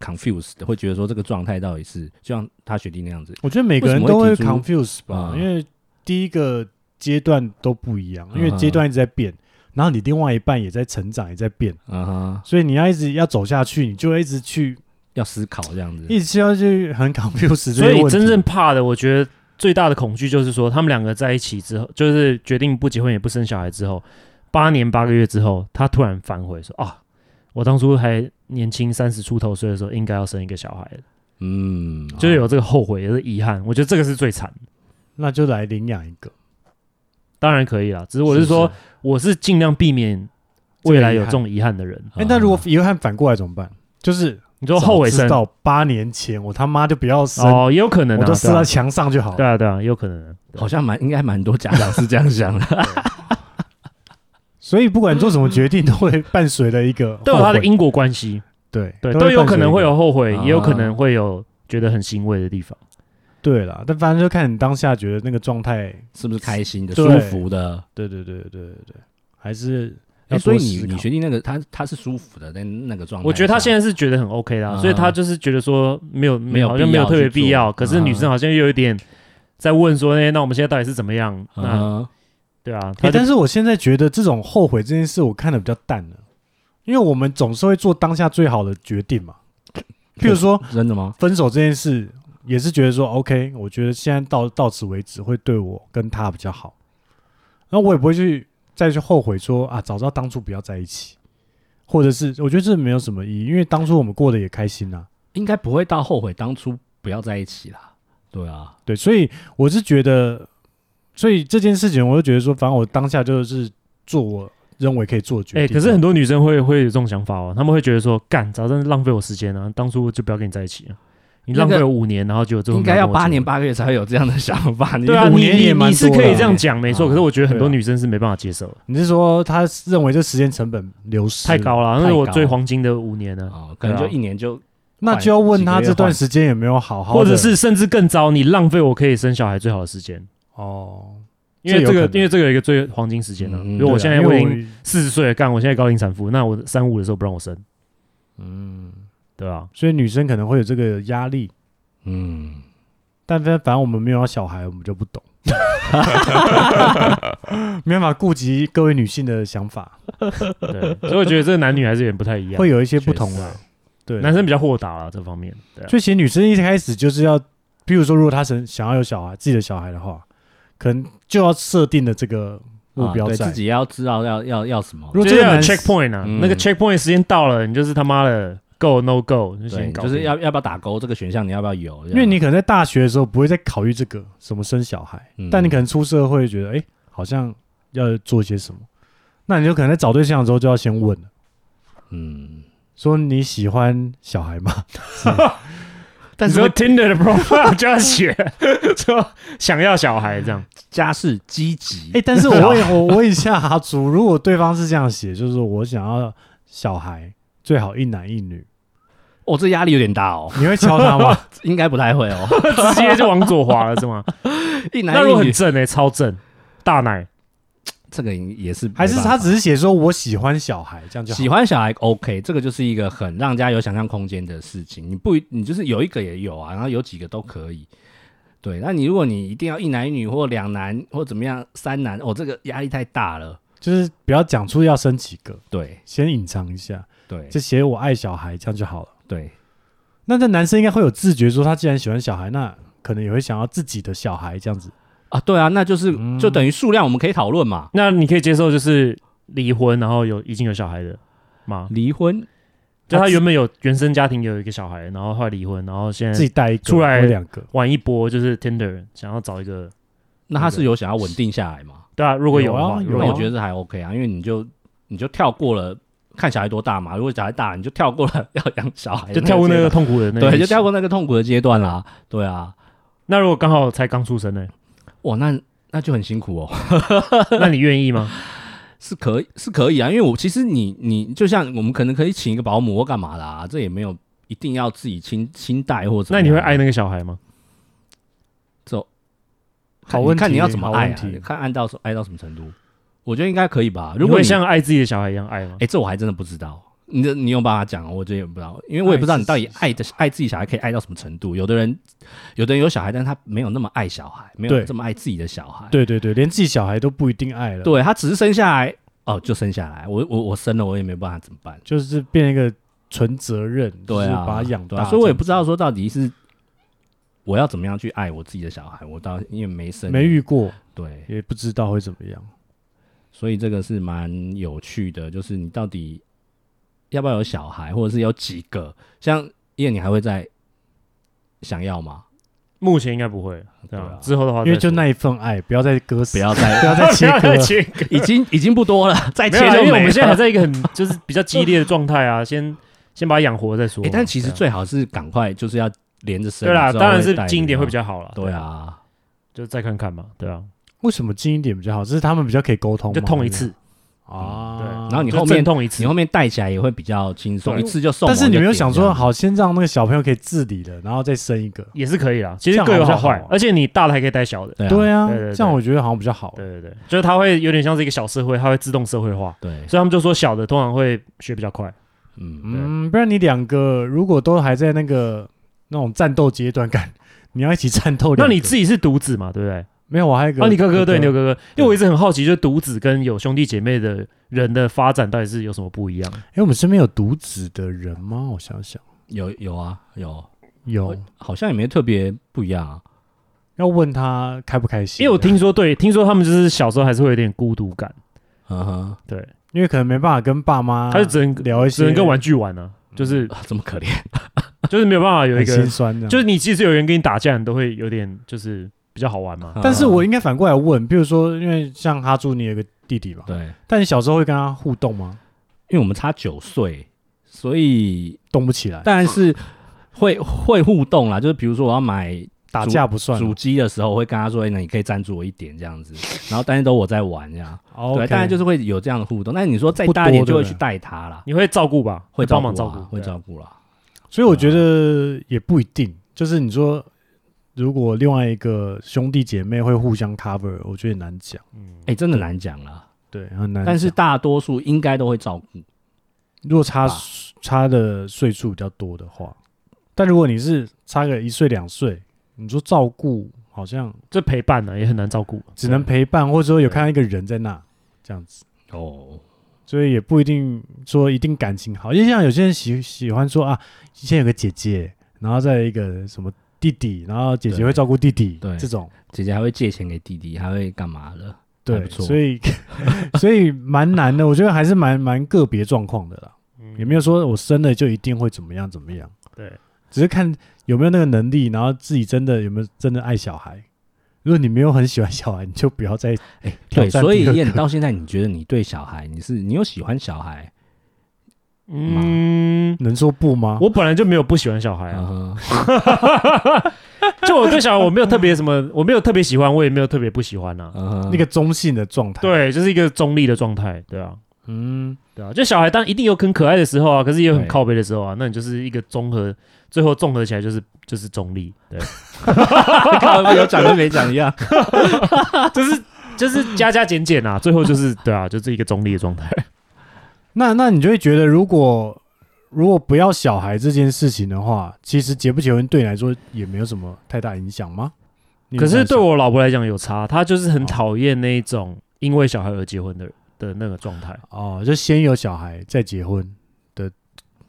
[SPEAKER 3] confused，的会觉得说这个状态到底是就像他学弟那样子，
[SPEAKER 2] 我觉得每个人都
[SPEAKER 3] 为
[SPEAKER 2] 会
[SPEAKER 3] 什么会
[SPEAKER 2] confuse 吧，
[SPEAKER 3] 啊
[SPEAKER 2] 因为第一个阶段都不一
[SPEAKER 1] 啊
[SPEAKER 2] 样，因为
[SPEAKER 3] 嗯哼
[SPEAKER 2] 阶段一直在变，然后你另外一半也在成长，也在变，
[SPEAKER 3] 啊哈，
[SPEAKER 2] 所以你要一直要走下去，你就会一直去，
[SPEAKER 3] 要思考这样子。
[SPEAKER 2] 一直要去很 [LAUGHS] confuse 这
[SPEAKER 1] 所
[SPEAKER 2] 些
[SPEAKER 1] 以
[SPEAKER 2] 问题
[SPEAKER 1] 真正怕的，我觉得最大的恐惧就是说，他们两个在一起之后，就是决定不结婚也不生小孩之后，八年八个月之后，他突然反悔说啊，我当初还年轻三十出头岁的时候，应该要生一个小孩的，
[SPEAKER 3] 嗯，
[SPEAKER 1] 就是
[SPEAKER 3] 哦
[SPEAKER 1] 有这个后悔，也是遗憾。我觉得这个是最惨的。
[SPEAKER 2] 那就来领养一个。
[SPEAKER 1] 当然可以啦，只是我是说，，我是尽量避免未来有这种遗憾的人。
[SPEAKER 2] 哎、那如果
[SPEAKER 3] 啊
[SPEAKER 2] 遗憾反过来怎么办？就是
[SPEAKER 1] 你说后悔生
[SPEAKER 2] 到八年前，我他妈就不要生，
[SPEAKER 1] 哦，也有可能啊，
[SPEAKER 2] 我都撕
[SPEAKER 1] 对
[SPEAKER 2] 到
[SPEAKER 1] 啊
[SPEAKER 2] 墙上就好
[SPEAKER 1] 对
[SPEAKER 2] 了。
[SPEAKER 1] 啊，对啊，也有可能啊。
[SPEAKER 3] 好像蛮应该蛮多家长是这样想的，
[SPEAKER 2] 所以不管做什么决定，都会伴随着一个
[SPEAKER 1] 啊都有它
[SPEAKER 2] 后
[SPEAKER 1] 的
[SPEAKER 2] 悔
[SPEAKER 1] 因果关系，
[SPEAKER 2] 对
[SPEAKER 1] 对，
[SPEAKER 2] 会
[SPEAKER 1] 都有
[SPEAKER 2] 伴
[SPEAKER 1] 可
[SPEAKER 2] 随
[SPEAKER 1] 能
[SPEAKER 2] 一个
[SPEAKER 1] 会有后悔，
[SPEAKER 3] 啊
[SPEAKER 1] 也有可能会有觉得很欣慰的地方。
[SPEAKER 2] 对啦，但反正就看你当下觉得那个状态，
[SPEAKER 3] [LAUGHS] 是不是开心的、舒
[SPEAKER 2] 对
[SPEAKER 3] 服的？
[SPEAKER 2] 对对对对对对，还是
[SPEAKER 3] 哎、
[SPEAKER 2] 要
[SPEAKER 3] 所
[SPEAKER 2] 多
[SPEAKER 3] 以
[SPEAKER 2] 思
[SPEAKER 3] 你
[SPEAKER 2] 考。
[SPEAKER 3] 你学弟那个他他是舒服的，在那个状态下，
[SPEAKER 1] 我觉得他现在是觉得很 OK 啦，
[SPEAKER 3] 啊
[SPEAKER 1] 所以他就是觉得说没有
[SPEAKER 3] 没有
[SPEAKER 1] 好像没有特别必要，啊
[SPEAKER 3] 必
[SPEAKER 1] 可
[SPEAKER 3] 要去做
[SPEAKER 1] 是女生好像又有一点在问说，哎，那我们现在到底是怎么样？那
[SPEAKER 3] 啊
[SPEAKER 1] 对啊，
[SPEAKER 2] 哎、
[SPEAKER 1] 他就
[SPEAKER 2] 但是我现在觉得这种后悔这件事，我看的比较淡了，因为我们总是会做当下最好的决定嘛。譬如说
[SPEAKER 3] 真的吗？
[SPEAKER 2] 分手这件事，也是觉得说 OK，我觉得现在到到此为止会对我跟他比较好，然后我也不会去再去后悔说啊，早知道当初不要在一起，或者是我觉得这没有什么意义，因为当初我们过得也开心啊。
[SPEAKER 3] 应该不会到后悔当初不要在一起啦。对啊，
[SPEAKER 2] 对，所以我是觉得，所以这件事情，我就觉得说，反正我当下就是做我认为可以做的决
[SPEAKER 1] 哎，
[SPEAKER 2] 定。
[SPEAKER 1] 可是很多女生会会有这种想法哦，她们会觉得说，干，早上浪费我时间啊，当初就不要跟你在一起啊，你浪费
[SPEAKER 3] 那
[SPEAKER 1] 了
[SPEAKER 3] 个
[SPEAKER 1] 五年，然后就
[SPEAKER 3] 应该要八年
[SPEAKER 1] 半。
[SPEAKER 3] 八个月才会有这样的想法。你
[SPEAKER 1] 对啊，
[SPEAKER 2] 五
[SPEAKER 1] 你
[SPEAKER 2] 年也
[SPEAKER 1] 你
[SPEAKER 2] 蛮
[SPEAKER 1] 你是
[SPEAKER 2] 多
[SPEAKER 1] 可以
[SPEAKER 2] 的
[SPEAKER 1] 这样讲，没错。
[SPEAKER 3] 啊
[SPEAKER 1] 可是我觉得很多
[SPEAKER 2] 对啊
[SPEAKER 1] 女生是没办法接受的，
[SPEAKER 2] 你是说他认为这时间成本流失
[SPEAKER 1] 太高了。那是我
[SPEAKER 3] 太高
[SPEAKER 1] 最黄金的五年呢。啊
[SPEAKER 3] 哦，可能就一年就
[SPEAKER 2] 那就要问他这段时间有没有好好的，
[SPEAKER 1] 或者是甚至更糟，你浪费我可以生小孩最好的时间，
[SPEAKER 2] 哦，
[SPEAKER 1] 因为这
[SPEAKER 2] 这有
[SPEAKER 1] 个
[SPEAKER 2] 可能
[SPEAKER 1] 因为这个有一个最黄金时间呢、啊。
[SPEAKER 3] 嗯
[SPEAKER 1] 比如我
[SPEAKER 2] 对
[SPEAKER 1] 现
[SPEAKER 2] 啊
[SPEAKER 1] 在
[SPEAKER 2] 因
[SPEAKER 1] 我已
[SPEAKER 2] 为
[SPEAKER 1] 经四十岁了，干我现在高龄产妇，那我三五的时候不让我生，
[SPEAKER 2] 嗯，
[SPEAKER 1] 对吧、啊
[SPEAKER 2] 所以女生可能会有这个压力，
[SPEAKER 3] 嗯，
[SPEAKER 2] 但反反正我们没有要小孩，我们就不
[SPEAKER 1] [LAUGHS]
[SPEAKER 2] 懂， [LAUGHS] 没办法顾及各位女性的想法，
[SPEAKER 1] 对， [LAUGHS] 所以我觉得这个男女还是有点不太一样，
[SPEAKER 2] 会有一些不同啦。对，
[SPEAKER 1] 啊男生比较豁达啦，这方面，对啊
[SPEAKER 2] 就其实女生一开始就是要，比如说，如果她想想要有小孩，自己的小孩的话，可能就要设定的这个目
[SPEAKER 3] 啊
[SPEAKER 2] 标
[SPEAKER 3] 对
[SPEAKER 2] 在。
[SPEAKER 3] 自己要知道要要要什么
[SPEAKER 2] 如，果
[SPEAKER 1] 就
[SPEAKER 2] 这
[SPEAKER 1] 是
[SPEAKER 2] 个
[SPEAKER 1] 要有
[SPEAKER 2] 男
[SPEAKER 1] checkpoint 啊，
[SPEAKER 3] 嗯
[SPEAKER 1] 那个 checkpoint 时间到了，你就是他妈的 go no go，就
[SPEAKER 3] 对，
[SPEAKER 1] 先搞
[SPEAKER 3] 就
[SPEAKER 1] 定，
[SPEAKER 3] 是要要不要打勾这个选项，你要不要有？这样
[SPEAKER 2] 因为你可能在大学的时候不会再考虑这个什么生小孩，
[SPEAKER 3] 嗯
[SPEAKER 2] 但你可能出社会觉得，哎、好像要做些什么，那你就可能在找对象的时候就要先问了，
[SPEAKER 3] 嗯，
[SPEAKER 2] 说你喜欢小孩吗？
[SPEAKER 1] 但是 Tinder 的 profile 就要写 [LAUGHS] 说想要小孩这样，
[SPEAKER 3] 家世积极
[SPEAKER 2] [LAUGHS] 哎、，但是我 [LAUGHS] 问我问一下阿朱，如果对方是这样写，就是说我想要小孩，最好一男一女，
[SPEAKER 3] 哦，这压力有点大哦，
[SPEAKER 2] 你会敲他吗？
[SPEAKER 3] 应该不太会哦。
[SPEAKER 1] 直接就往左滑了是
[SPEAKER 2] [LAUGHS]
[SPEAKER 1] 吗？
[SPEAKER 3] 一
[SPEAKER 1] 那
[SPEAKER 3] 男
[SPEAKER 1] 如果
[SPEAKER 3] 一
[SPEAKER 1] 很
[SPEAKER 3] 女，
[SPEAKER 1] 正哎、超正，大奶
[SPEAKER 3] 这个也是没
[SPEAKER 2] 还是
[SPEAKER 3] 办
[SPEAKER 2] 他
[SPEAKER 3] 法
[SPEAKER 2] 只是写说我喜欢小孩，这样就好
[SPEAKER 3] 喜欢小孩 OK，这个就是一个很让人家有想象空间的事情。你不一，你就是有一个也有啊，然后有几个都可以。对，那你如果你一定要一男一女或两男或怎么样三男，哦，这个压力太大了。
[SPEAKER 2] 就是不要讲出要生几个，
[SPEAKER 3] 对
[SPEAKER 2] 先隐藏一下，
[SPEAKER 3] 对
[SPEAKER 2] 就写我爱小孩，这样就好了。
[SPEAKER 3] 对，
[SPEAKER 2] 那这男生应该会有自觉，说他既然喜欢小孩，那可能也会想要自己的小孩这样子。
[SPEAKER 3] 啊，对啊，那就是、
[SPEAKER 2] 嗯
[SPEAKER 3] 就等于数量我们可以讨论嘛。
[SPEAKER 1] 那你可以接受就是离婚，然后有已经有小孩的吗？
[SPEAKER 3] 离婚
[SPEAKER 1] 就
[SPEAKER 2] 他
[SPEAKER 1] 他
[SPEAKER 2] 自
[SPEAKER 1] 原本有原生家庭有一个小孩，然后后来离婚，然后
[SPEAKER 3] 嗯
[SPEAKER 1] 现
[SPEAKER 2] 自己
[SPEAKER 1] 在
[SPEAKER 2] 带一个
[SPEAKER 1] 出来
[SPEAKER 2] 或两个，
[SPEAKER 1] 玩一波，就是 Tinder 想要找一个，
[SPEAKER 3] 那他是有想要稳定下来吗？
[SPEAKER 1] 对啊，如果有的
[SPEAKER 2] 有啊
[SPEAKER 1] 话，如
[SPEAKER 2] 对
[SPEAKER 1] 果
[SPEAKER 3] 那
[SPEAKER 2] 有
[SPEAKER 3] 我
[SPEAKER 2] 啊
[SPEAKER 3] 觉得这还 OK 啊，因为你就你就跳过了看小孩多大嘛。如果小孩大，你就跳过了要养小孩，
[SPEAKER 1] 就跳过那个
[SPEAKER 3] 个阶
[SPEAKER 1] 痛苦的那
[SPEAKER 3] 段，
[SPEAKER 1] 个
[SPEAKER 3] 啊对，就跳过那个痛苦的阶段啦。对啊，
[SPEAKER 1] 那如果刚好才刚出生呢？
[SPEAKER 3] 哇，那那就很辛苦哦。 [LAUGHS]
[SPEAKER 1] 那你愿意吗？
[SPEAKER 3] 是可以是可以啊，因为我其实你你就像我们可能可以请一个保姆或干嘛的啊，这也没有一定要自己亲亲带或者
[SPEAKER 1] 那你会爱那个小孩吗？
[SPEAKER 2] 好问题
[SPEAKER 3] 看你要怎么爱、啊
[SPEAKER 2] 好问题，
[SPEAKER 3] 看爱到爱到什么程度，我觉得应该可以吧。
[SPEAKER 1] 如
[SPEAKER 3] 如
[SPEAKER 1] 果
[SPEAKER 3] 果
[SPEAKER 1] 你
[SPEAKER 3] 你
[SPEAKER 1] 像爱自己的小孩一样爱吗
[SPEAKER 3] 哎、？这我还真的不知道。你的你有办法讲，我这也不知道，因为我也不知道你到底爱的爱自己小孩可以爱到什么程度。有的人，有的人有小孩，但是他没有那么爱小孩，没有
[SPEAKER 2] 对
[SPEAKER 3] 这么爱自己的小孩。
[SPEAKER 2] 对对对，连自己小孩都不一定爱了，，
[SPEAKER 3] 对他只是生下来哦，就生下来。我我我生了，我也没办法怎么办？
[SPEAKER 2] 就是变成一个纯责任，
[SPEAKER 3] 对
[SPEAKER 2] 就是
[SPEAKER 3] 啊，
[SPEAKER 2] 把他养
[SPEAKER 3] 对
[SPEAKER 2] 大、
[SPEAKER 3] 啊所以我也不知道说到底是我要怎么样去爱我自己的小孩，我到因为没
[SPEAKER 2] 这样子，
[SPEAKER 3] 生
[SPEAKER 2] 没遇过，
[SPEAKER 3] 对，
[SPEAKER 2] 也不知道会怎么样。
[SPEAKER 3] 所以这个是蛮有趣的，就是你到底要不要有小孩，或者是有几个？像叶，你还会再想要吗？
[SPEAKER 1] 目前应该不会，对
[SPEAKER 3] 对啊
[SPEAKER 1] 啊。之后的话再说，
[SPEAKER 2] 因
[SPEAKER 1] [LAUGHS]
[SPEAKER 2] 为就那一份爱，不要再割
[SPEAKER 3] 不
[SPEAKER 2] 舍，
[SPEAKER 3] 要
[SPEAKER 2] [LAUGHS]
[SPEAKER 3] 再，
[SPEAKER 2] 不要再
[SPEAKER 3] [LAUGHS]
[SPEAKER 2] 切割
[SPEAKER 1] 不要
[SPEAKER 2] 了。
[SPEAKER 1] 切
[SPEAKER 3] 已经已经不多了，再哎切
[SPEAKER 1] 没有啊
[SPEAKER 3] 就
[SPEAKER 1] 因为我
[SPEAKER 3] 没
[SPEAKER 1] 们现在还
[SPEAKER 3] 了。
[SPEAKER 1] 在一个很就是比较激烈的状态啊，先先把它养活再说
[SPEAKER 3] [LAUGHS] 哎、
[SPEAKER 1] 嘛。
[SPEAKER 3] 但其实
[SPEAKER 1] 对啊
[SPEAKER 3] 最好是赶快，就是要连着生。
[SPEAKER 1] 对啦，
[SPEAKER 3] 之后
[SPEAKER 1] 当然是
[SPEAKER 3] 带
[SPEAKER 1] 近一点
[SPEAKER 3] 嘛
[SPEAKER 1] 会比较好啦。
[SPEAKER 3] 对，啊，
[SPEAKER 1] 就再看看嘛，对啊，
[SPEAKER 2] 为什么近一点比较好？就是他们比较可以沟通嘛，
[SPEAKER 1] 就痛一次，
[SPEAKER 2] 啊。
[SPEAKER 1] 对
[SPEAKER 3] 嗯然后你
[SPEAKER 1] 就
[SPEAKER 3] 后面
[SPEAKER 1] 阵痛一
[SPEAKER 3] 你
[SPEAKER 1] 次
[SPEAKER 3] 后，面带起来也会比较轻松，
[SPEAKER 1] 对
[SPEAKER 3] 一次就送完
[SPEAKER 2] 但
[SPEAKER 3] 就
[SPEAKER 2] 是你
[SPEAKER 3] 点这样子。
[SPEAKER 2] 没有想说，好，先让那个小朋友可以自理了，然后再生一个。
[SPEAKER 1] 也是可以啦。其
[SPEAKER 2] 这
[SPEAKER 1] 实
[SPEAKER 2] 样
[SPEAKER 1] 各有
[SPEAKER 2] 好像
[SPEAKER 1] 好坏
[SPEAKER 2] 好啊，
[SPEAKER 1] 而且你大的还可以带小的。
[SPEAKER 3] 对啊
[SPEAKER 2] 对啊
[SPEAKER 1] 对对，对
[SPEAKER 2] 这样我觉得好像比较好。
[SPEAKER 1] 对对对，就是它会有点像是一个小社会，它会自动社会化，
[SPEAKER 3] 对，
[SPEAKER 1] 所以他们就说小的通常会学比较快。
[SPEAKER 3] 嗯，
[SPEAKER 2] 嗯，不然你两个如果都还在那个那种战斗阶段感， [LAUGHS] 你哦要一起战斗两
[SPEAKER 1] 那
[SPEAKER 2] 个，
[SPEAKER 1] 你自己是独子嘛，对不对？
[SPEAKER 2] 没有我还有一个
[SPEAKER 1] 啊，你哥哥对，你有哥哥，因
[SPEAKER 2] 对
[SPEAKER 1] 为我一直很好奇，就是独子跟有兄弟姐妹的人的发展到底是有什么不一样？
[SPEAKER 2] 哎，我们身边有独子的人吗？我想想，
[SPEAKER 3] 有有啊有，
[SPEAKER 1] 哦
[SPEAKER 2] 有
[SPEAKER 3] 好像也没特别不一样啊。
[SPEAKER 2] 要问他开不开心，啊
[SPEAKER 1] 因为我听说，对，听说他们就是小时候还是会有点孤独感，
[SPEAKER 3] 嗯哼，
[SPEAKER 1] 对，
[SPEAKER 2] 因为可能没办法跟爸妈，
[SPEAKER 1] 他就只能
[SPEAKER 2] 聊一些
[SPEAKER 1] 只能跟玩具玩啊，就是
[SPEAKER 3] [LAUGHS] 啊这么可怜，
[SPEAKER 1] 就是没有办法有一
[SPEAKER 2] 很
[SPEAKER 1] 个
[SPEAKER 2] 心酸的。
[SPEAKER 1] 就是你即使有人跟你打架，你都会有点就是比较好玩
[SPEAKER 3] 啊
[SPEAKER 1] 嘛。
[SPEAKER 2] 但是我应该反过来问，比如说，因为像哈朱，你有个弟弟吧？
[SPEAKER 3] 对，
[SPEAKER 2] 但你小时候会跟他互动吗？
[SPEAKER 3] 因为我们差九岁，所以
[SPEAKER 2] 动不起来，
[SPEAKER 3] 当然是会会互动啦。就是比如说我要买
[SPEAKER 2] 打架不算。
[SPEAKER 3] 主机的时候，我会跟他说：“哎，那你可以赞助我一点这样子。”然后但是都我在玩这样，对，当然就是是会有这样的互动。但你说再
[SPEAKER 2] 不
[SPEAKER 3] 大一点
[SPEAKER 2] 多
[SPEAKER 3] 就会
[SPEAKER 2] 对
[SPEAKER 3] 去带他啦，
[SPEAKER 1] 你会照顾吧？
[SPEAKER 3] 会
[SPEAKER 1] 帮忙
[SPEAKER 3] 照
[SPEAKER 1] 照
[SPEAKER 3] 顾
[SPEAKER 1] 顾
[SPEAKER 3] 啊，，会
[SPEAKER 1] 对
[SPEAKER 3] 照顾啦。
[SPEAKER 2] 所以我觉得呃也不一定，就是你说如果另外一个兄弟姐妹会互相 cover，我觉得也难讲，
[SPEAKER 1] 嗯
[SPEAKER 3] 哎，真的难讲啦。
[SPEAKER 2] 对，很难讲。
[SPEAKER 3] 但是大多数应该都会照顾。
[SPEAKER 2] 如果差
[SPEAKER 3] 吧
[SPEAKER 2] 差的岁数比较多的话，但如果你是差个一岁两岁，你说照顾好像
[SPEAKER 1] 这陪伴呢、也很难照顾，
[SPEAKER 2] 只能陪伴，或者说有看到一个人在那这样子，
[SPEAKER 3] 哦，
[SPEAKER 2] 所以也不一定说一定感情好，因为像有些人喜喜欢说啊，先有个姐姐，然后再有一个什么弟弟，然后姐姐
[SPEAKER 3] 对
[SPEAKER 2] 会照顾弟弟，
[SPEAKER 3] 对
[SPEAKER 2] 这种
[SPEAKER 3] 姐姐还会借钱给弟弟，还会干嘛的？还
[SPEAKER 2] 对，
[SPEAKER 3] 不错
[SPEAKER 2] 所以 [LAUGHS] 所以蛮难的，我觉得还是蛮蛮个别状况的啦，
[SPEAKER 3] 嗯
[SPEAKER 2] 也没有说我生了就一定会怎么样怎么样，
[SPEAKER 1] 对，
[SPEAKER 2] 只是看有没有那个能力，然后自己真的有没有真的爱小孩。如果你没有很喜欢小孩，你就不要再
[SPEAKER 3] 哎，
[SPEAKER 2] 挑
[SPEAKER 3] 对，
[SPEAKER 2] 战
[SPEAKER 3] 所以
[SPEAKER 2] 第二个
[SPEAKER 3] 燕到现在，你觉得你对小孩，你是你有喜欢小孩？
[SPEAKER 1] 嗯，
[SPEAKER 2] 能说不吗？
[SPEAKER 1] 我本来就没有不喜欢小孩啊，
[SPEAKER 3] 嗯哼啊
[SPEAKER 1] 就我对小孩我没有特别什么，我没有特别喜欢，我也没有特别不喜欢啊。
[SPEAKER 3] 嗯哼
[SPEAKER 2] 那个中性的状态，，
[SPEAKER 1] 对，就是一个中立的状态，对啊，
[SPEAKER 2] 嗯，
[SPEAKER 1] 对啊，就小孩当然一定有很可爱的时候啊，可是也有很
[SPEAKER 3] 对
[SPEAKER 1] 靠背的时候啊，那你就是一个综合，最后综合起来就是就是中立，对，
[SPEAKER 3] [LAUGHS] 靠有讲跟没讲一样。
[SPEAKER 1] 就是 [LAUGHS] 就是加加减减啊，最后就是对啊，就是一个中立的状态。
[SPEAKER 2] 那那你就会觉得，如果如果不要小孩这件事情的话，其实结不结婚对你来说也没有什么太大影响吗？你有
[SPEAKER 1] 可
[SPEAKER 2] 这
[SPEAKER 1] 是
[SPEAKER 2] 样
[SPEAKER 1] 对
[SPEAKER 2] 想
[SPEAKER 1] 我老婆来讲有差，她就是很
[SPEAKER 2] 哦
[SPEAKER 1] 讨厌那一种因为小孩而结婚的的那个状态。
[SPEAKER 2] 哦，就先有小孩再结婚的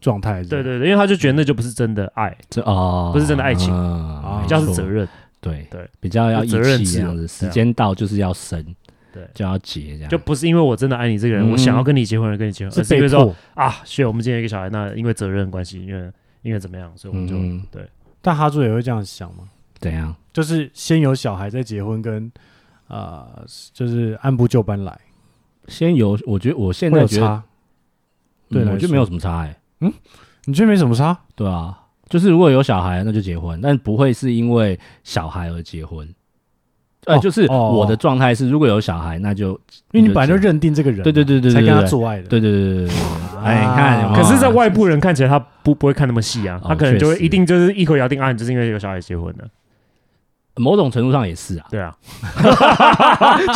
[SPEAKER 2] 状态，
[SPEAKER 1] 对，对对，因为她就觉得那就不是真的爱，
[SPEAKER 3] 这哦，
[SPEAKER 1] 不是真的爱情
[SPEAKER 3] 啊
[SPEAKER 2] 哦
[SPEAKER 1] 比较是责，
[SPEAKER 3] 没错
[SPEAKER 1] 任，
[SPEAKER 3] 对
[SPEAKER 1] 对，
[SPEAKER 3] 比较要义
[SPEAKER 1] 责任
[SPEAKER 3] 气
[SPEAKER 1] 制
[SPEAKER 3] 这
[SPEAKER 1] 啊
[SPEAKER 3] 样子，时
[SPEAKER 1] 对啊
[SPEAKER 3] 间到就是要生，
[SPEAKER 1] 对
[SPEAKER 3] 就要结这样，
[SPEAKER 1] 就不是因为我真的爱你这个人，
[SPEAKER 3] 嗯
[SPEAKER 1] 我想要跟你结婚而跟你结婚，
[SPEAKER 3] 呃
[SPEAKER 1] 而是因
[SPEAKER 2] 被
[SPEAKER 1] 为说
[SPEAKER 2] 迫。
[SPEAKER 1] 啊，是我们今天有一个小孩，那因为责任关系，因为因为怎么样，所以我们就、
[SPEAKER 3] 嗯
[SPEAKER 1] 对
[SPEAKER 2] 但哈猪也会这样想吗？
[SPEAKER 3] 怎样？
[SPEAKER 2] 就是先有小孩再结婚跟，呃，就是按部就班来，
[SPEAKER 3] 先有，我觉得我现
[SPEAKER 2] 会
[SPEAKER 3] 在
[SPEAKER 2] 有
[SPEAKER 3] 觉得，
[SPEAKER 2] 差？对
[SPEAKER 3] 嗯
[SPEAKER 2] 来
[SPEAKER 3] 我觉得
[SPEAKER 2] 说
[SPEAKER 3] 没有什么差哎，
[SPEAKER 2] 你觉得没什么差？
[SPEAKER 3] 对啊，就是如果有小孩那就结婚，但不会是因为小孩而结婚。呃，
[SPEAKER 2] 哦
[SPEAKER 3] 就是
[SPEAKER 2] 哦
[SPEAKER 3] 我的状态是，如果有小孩，那就
[SPEAKER 2] 因为你本来就认定这个人嘛，
[SPEAKER 3] 对对对对对
[SPEAKER 2] 才跟他
[SPEAKER 3] 对
[SPEAKER 2] 做爱的，啊哦
[SPEAKER 3] 对对对对对对，哎，你看有没有，
[SPEAKER 1] 可是，在外部人看起来，他不不会看那么细啊，
[SPEAKER 3] 哦
[SPEAKER 1] 他可能就会
[SPEAKER 3] 确实
[SPEAKER 1] 一定就是一口咬定啊，你就是因为有小孩结婚的，
[SPEAKER 3] 某种程度上也是啊，
[SPEAKER 1] 对啊， [LAUGHS]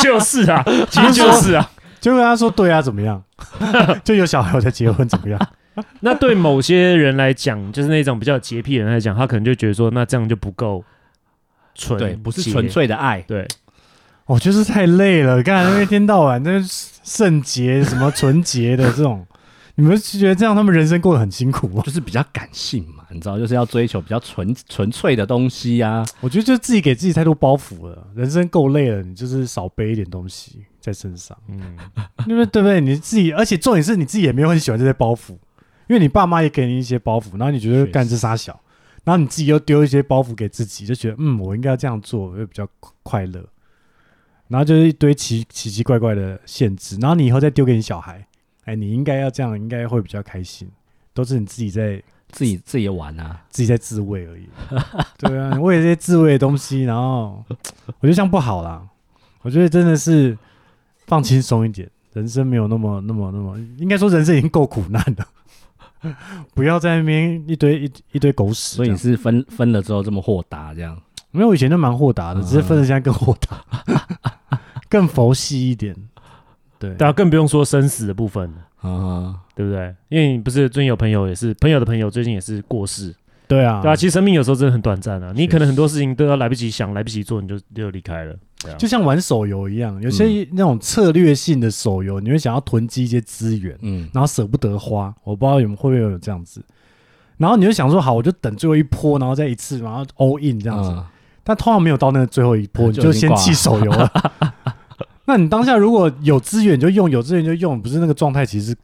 [SPEAKER 1] 就是啊，其实就是啊。
[SPEAKER 2] 就跟他说对啊，怎么样？ [LAUGHS] 就有小孩我才结婚，怎么样？ [LAUGHS]
[SPEAKER 1] [LAUGHS] 那对某些人来讲，就是那种比较洁癖的人来讲，他可能就觉得说，那这样就不够纯，
[SPEAKER 3] 对，不是纯，粹的爱，
[SPEAKER 1] 对，
[SPEAKER 2] 我、哦就是太累了，刚才一天到晚那圣洁什么纯洁的这种， [LAUGHS] 你们是觉得这样他们人生过得很辛苦吗？ [LAUGHS]
[SPEAKER 3] 就是比较感性嘛，你知道，就是要追求比较纯纯粹的东西啊。
[SPEAKER 2] 我觉得就自己给自己太多包袱了，人生够累了，你就是少背一点东西在身上，
[SPEAKER 1] 嗯，
[SPEAKER 2] [LAUGHS] 因为对不对？你自己，而且重点是你自己也没有很喜欢这些包袱，因为你爸妈也给你一些包袱，然后你觉
[SPEAKER 1] 确
[SPEAKER 2] 得
[SPEAKER 1] 实
[SPEAKER 2] 干这傻小，然后你自己又丢一些包袱给自己，就觉得嗯，我应该要这样做，会比较快乐。然后就是一堆奇奇奇怪怪的限制，然后你以后再丢给你小孩，哎，你应该要这样，应该会比较开心，都是你自己在
[SPEAKER 3] 自己自己玩啊，
[SPEAKER 2] 自己在自慰而已。 [LAUGHS] 对啊，你为了这些自慰的东西，然后我觉得这样不好啦。我觉得真的是放轻松一点，人生没有那么那么那么，应该说人生已经够苦难了， [LAUGHS] 不要在那边一堆一一堆狗屎这
[SPEAKER 3] 所以
[SPEAKER 2] 样。
[SPEAKER 3] 你是分分了之后这么豁达这样。
[SPEAKER 2] 没有，我以前都蛮豁达的，
[SPEAKER 3] 嗯
[SPEAKER 2] 只是分了现在更豁达， [LAUGHS] 更佛系一点。对，
[SPEAKER 1] 大家啊更不用说生死的部分，
[SPEAKER 3] 啊，
[SPEAKER 1] 对不对？因为你不是最近有朋友也是朋友的朋友，最近也是过世，
[SPEAKER 2] 对啊，
[SPEAKER 1] 对啊，其实生命有时候真的很短暂啊，你可能很多事情都要来不及想，来不及做，你就就离开了。对啊
[SPEAKER 2] 就像玩手游一样，有些那种策略性的手游，你会想要囤积一些资源，
[SPEAKER 3] 嗯，
[SPEAKER 2] 然后舍不得花，我不知道你们会不会有这样子。然后你就想说，好，我就等最后一波，然后再一次，然后 all in 这样子。
[SPEAKER 3] 嗯
[SPEAKER 2] 但通常没有到那个最后一波，你
[SPEAKER 3] 就
[SPEAKER 2] 就
[SPEAKER 3] 已经
[SPEAKER 2] 先
[SPEAKER 3] 挂了
[SPEAKER 2] 弃手游了。 [LAUGHS] 那你当下如果有资源就用，有资源就用，不是那个状态，其实